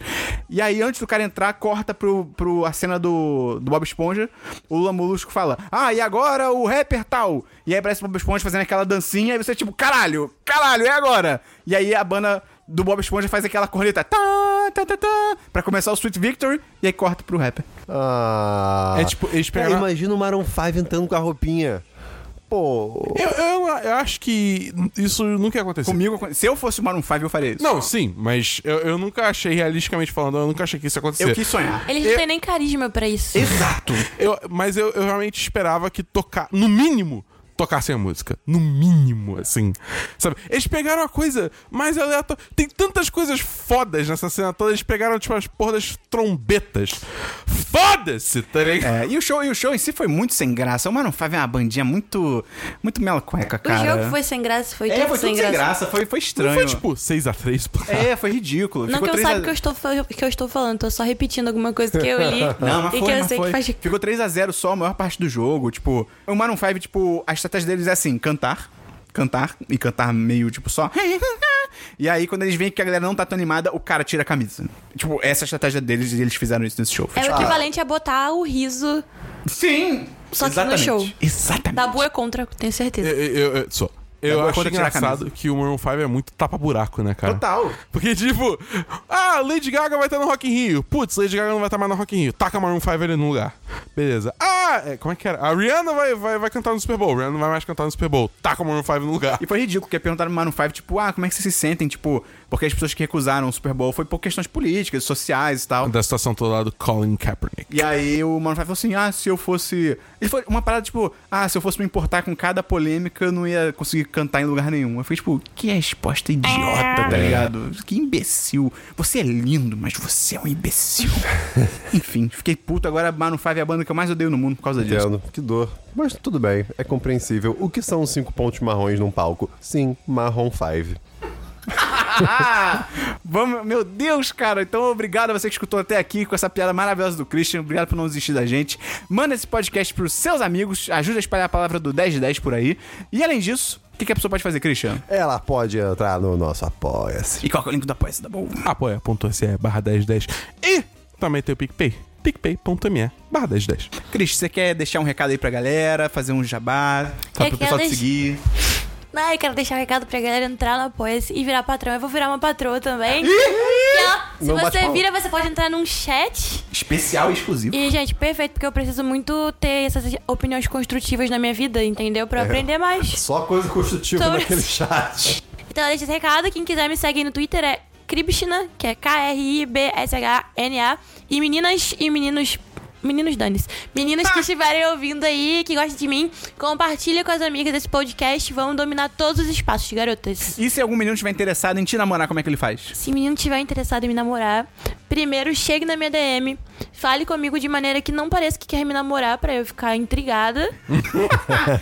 Speaker 1: E aí, antes do cara entrar, corta pro, pro a cena do, do Bob Esponja. O Lula Molusco fala: Ah, e agora o rapper tal. E aí parece o Bob Esponja fazendo aquela dancinha, e você, tipo, caralho, caralho, é agora. E aí a banda do Bob Esponja faz aquela corneta. Tá, tá, tá, tá, pra começar o Sweet Victory, e aí corta pro rapper.
Speaker 2: Ah.
Speaker 4: É tipo, eles
Speaker 2: Cara,
Speaker 4: pegaram-
Speaker 2: imagina o Maroon 5 entrando com a roupinha. Pô.
Speaker 4: Eu, eu, eu acho que isso nunca ia acontecer.
Speaker 1: Comigo, se eu fosse o Maroon 5, eu faria isso.
Speaker 4: Não, sim, mas eu, eu nunca achei, realisticamente falando, eu nunca achei que isso ia acontecer.
Speaker 1: Eu quis sonhar.
Speaker 3: Eles não têm nem carisma pra isso.
Speaker 1: Exato.
Speaker 4: Eu- mas eu, eu realmente esperava que tocar, no mínimo, tocassem a música. No mínimo, assim. Sabe? Eles pegaram a coisa mais aleatória. Tem tantas coisas fodas nessa cena toda. Eles pegaram, tipo, as porras das trombetas. Foda-se, tá ligado?
Speaker 1: É, e o show, e o show em si foi muito sem graça. O Maroon 5 é uma bandinha muito muito mela cueca,
Speaker 3: O
Speaker 1: cara.
Speaker 3: jogo foi sem graça, foi
Speaker 1: é,
Speaker 3: tudo
Speaker 1: foi
Speaker 3: sem
Speaker 1: tudo sem
Speaker 3: graça.
Speaker 1: graça, foi, foi
Speaker 4: Não
Speaker 1: estranho.
Speaker 4: foi, tipo, 6x3
Speaker 1: É, foi ridículo.
Speaker 3: Não
Speaker 1: Ficou
Speaker 3: que eu
Speaker 1: três a-
Speaker 3: saiba o que eu, estou, fa- que eu estou falando, tô só repetindo alguma coisa que eu li
Speaker 1: Não, mas
Speaker 3: e
Speaker 1: foi,
Speaker 3: que eu
Speaker 1: mas
Speaker 3: sei
Speaker 1: foi.
Speaker 3: que faz.
Speaker 1: Ficou 3x0 só a maior parte do jogo. Tipo, o Maroon 5, tipo, a estratégia deles é assim, cantar, cantar, e cantar meio, tipo, só... E aí, quando eles veem que a galera não tá tão animada, o cara tira a camisa. Tipo, essa é a estratégia deles e eles fizeram isso nesse show. Foi,
Speaker 3: É o
Speaker 1: tipo,
Speaker 3: equivalente a botar o riso.
Speaker 1: Sim!
Speaker 3: Só que no
Speaker 1: Exatamente.
Speaker 3: show.
Speaker 1: Exatamente.
Speaker 3: Tabu é contra, tenho certeza.
Speaker 1: É.
Speaker 4: Eu, eu, eu, só. Eu
Speaker 1: boa
Speaker 4: acho
Speaker 1: quando tirar a
Speaker 4: engraçado
Speaker 1: camisa.
Speaker 4: que o Maroon 5 é muito tapa-buraco, né, cara?
Speaker 1: Total.
Speaker 4: Porque, tipo, tá ah, Lady Gaga vai estar no Rock in Rio. Putz, Lady Gaga não vai estar mais no Rock in Rio. Taca Maroon 5 ali no lugar. Beleza. Ah, é, como é que era? A Rihanna vai, vai, vai cantar no Super Bowl. Rihanna não vai mais cantar no Super Bowl. Taca o Maroon 5 no lugar.
Speaker 1: E foi ridículo, porque perguntaram pro Maroon 5, tipo, ah, como é que vocês se sentem? Tipo, porque as pessoas que recusaram o Super Bowl foi por questões políticas, sociais e tal.
Speaker 4: Da situação toda lá do Colin Kaepernick.
Speaker 1: E aí o Maroon 5 falou assim, ah, se eu fosse... Ele foi uma parada, tipo, ah, se eu fosse me importar com cada polêmica, eu não ia conseguir cantar em lugar nenhum. Eu fiquei, tipo, que resposta idiota, tá ligado? Que imbecil. Você é lindo, mas você é um imbecil. Enfim, fiquei puto. Agora Maroon 5 é a banda que eu mais odeio no mundo por causa disso.
Speaker 2: Entendo, que dor. Mas tudo bem, é compreensível. O que são cinco pontos marrons num palco? Sim, marrom 5.
Speaker 1: Ah! Vamos, meu Deus, cara. Então, obrigado a você que escutou até aqui com essa piada maravilhosa do Christian. Obrigado por não desistir da gente. Manda esse podcast pros seus amigos. Ajuda a espalhar a palavra do 10 de 10 por aí. E além disso, o que, que a pessoa pode fazer, Christian?
Speaker 2: Ela pode entrar no nosso apoia-se.
Speaker 1: E qual que é o link da apoia tá bom?
Speaker 4: Apoia.se barra 1010. E também tem o PicPay. PicPay.me barra 1010.
Speaker 1: Christian, você quer deixar um recado aí pra galera? Fazer um jabá? Falar pro
Speaker 3: Eu
Speaker 1: pessoal
Speaker 3: quero
Speaker 1: te seguir?
Speaker 3: Ah, eu quero deixar um recado pra galera entrar na Apoia-se e virar patrão. Eu vou virar uma patroa também. E, ó, se
Speaker 2: Não bate
Speaker 3: você
Speaker 2: palma.
Speaker 3: vira, você pode entrar num chat.
Speaker 1: Especial e exclusivo.
Speaker 3: E, gente, perfeito, porque eu preciso muito ter essas opiniões construtivas na minha vida, entendeu?
Speaker 1: É.
Speaker 3: Pra eu aprender mais.
Speaker 2: Só coisa construtiva
Speaker 3: Sobre-
Speaker 2: naquele chat.
Speaker 3: Então, deixa esse recado. Quem quiser me seguir no Twitter é Kribshna, que é K-R-I-B-S-H-N-A. E meninas e meninos. Meninos danes. Meninas que estiverem ouvindo aí, que gostam de mim, compartilha com as amigas esse podcast. Vão dominar todos os espaços, garotas.
Speaker 1: E se algum menino estiver interessado em te namorar, como é que ele faz?
Speaker 3: Se menino tiver interessado em me namorar, primeiro chegue na minha DM, fale comigo de maneira que não pareça que quer me namorar pra eu ficar intrigada.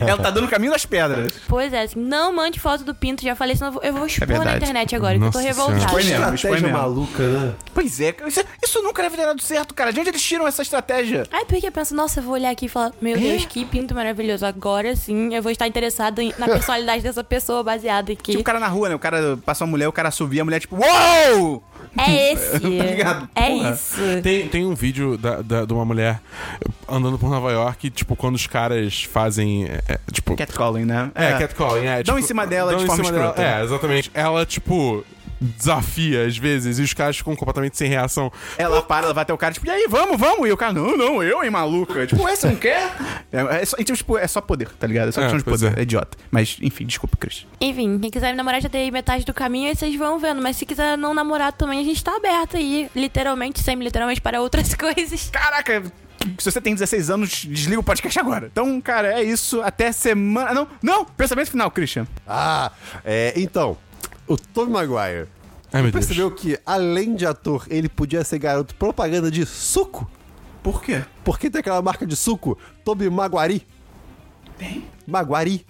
Speaker 1: Ela tá dando o caminho das pedras.
Speaker 3: Pois é, assim, não mande foto do pinto, já falei, senão eu vou- eu vou expor na
Speaker 1: verdade.
Speaker 3: internet agora,
Speaker 4: É Nossa
Speaker 3: que eu tô
Speaker 4: Senhora.
Speaker 3: revoltada.
Speaker 1: Expõe mesmo. expõe
Speaker 2: Estratégia
Speaker 1: mesmo.
Speaker 2: maluca, né?
Speaker 1: Pois é, isso, isso nunca deve ter dado certo, cara. De onde eles tiram essa estratégia?
Speaker 3: Aí porque eu penso, nossa, eu vou olhar aqui e falar,
Speaker 1: É?
Speaker 3: meu Deus, que pinto maravilhoso. Agora sim eu vou estar interessada em- na personalidade dessa pessoa baseada aqui.
Speaker 1: Tipo o cara na rua, né? O cara passa uma mulher, o cara assovia, a mulher tipo, uou!
Speaker 3: É esse.
Speaker 1: ligado?
Speaker 3: é
Speaker 1: Porra.
Speaker 3: isso.
Speaker 4: Tem, tem um vídeo da, da- de uma mulher andando por Nova York, tipo, quando os caras fazem. é, é, tipo,
Speaker 1: Catcalling, né?
Speaker 4: É, catcalling, é.
Speaker 1: Dão em cima dela
Speaker 4: dão
Speaker 1: de
Speaker 4: em
Speaker 1: forma
Speaker 4: cima dela-
Speaker 1: escrota.
Speaker 4: É, exatamente. Ela, tipo, desafia às vezes e os caras ficam completamente sem reação.
Speaker 1: Ela para, ela vai até o cara, tipo, e aí, vamos, vamos? E o cara, não, não, eu, hein, maluca. Tipo, ué, você não quer? É, é só, então, tipo, é só poder, tá ligado? É só
Speaker 4: É,
Speaker 1: questão de
Speaker 4: pois
Speaker 1: poder,
Speaker 4: é.
Speaker 1: é. idiota. Mas, enfim, desculpa, Cris.
Speaker 3: Enfim, quem quiser me namorar já tem metade do caminho, aí vocês vão vendo. Mas se quiser não namorar também, a gente tá aberto aí, literalmente, semi-literalmente, para outras coisas.
Speaker 1: Caraca, se você tem 16 anos, desliga o podcast agora. Então, cara, é isso. Até semana... Não, não! Pensamento final, Christian.
Speaker 2: Ah, é, então, o Tobey Maguire
Speaker 4: Ai, meu Deus.
Speaker 2: percebeu que, além de ator, ele podia ser garoto propaganda de suco?
Speaker 1: Por quê?
Speaker 2: Porque tem aquela marca de suco, Toby Maguari.
Speaker 1: Tem?
Speaker 2: Maguari.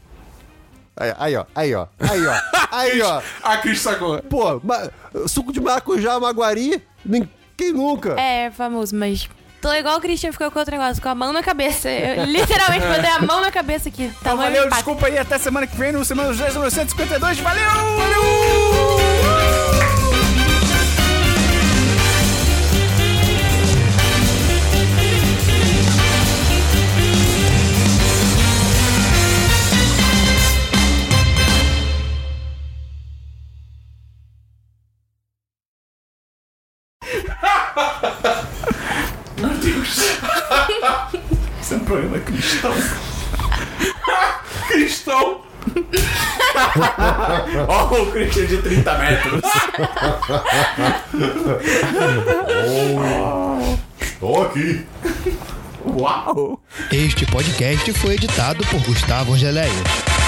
Speaker 2: Aí, aí, ó, aí, ó, aí, ó, aí, ó.
Speaker 4: A Cris sacou.
Speaker 2: Pô, ma- suco de maracujá, Maguari, nem- quem nunca?
Speaker 3: É, famoso, mas. Tô igual o Christian ficou com outro negócio, com a mão na cabeça. Eu literalmente botei a mão na cabeça aqui. Tá
Speaker 1: Então, valeu,
Speaker 3: impacto.
Speaker 1: desculpa aí. Até semana que vem, no Semana dos 10, 952. Valeu! Isso é um problema, Cristão.
Speaker 4: Cristão.
Speaker 1: Ó, o Christian de 30 metros.
Speaker 2: Tô aqui.
Speaker 1: Uau!
Speaker 6: Este podcast foi editado por Gustavo Angeléia.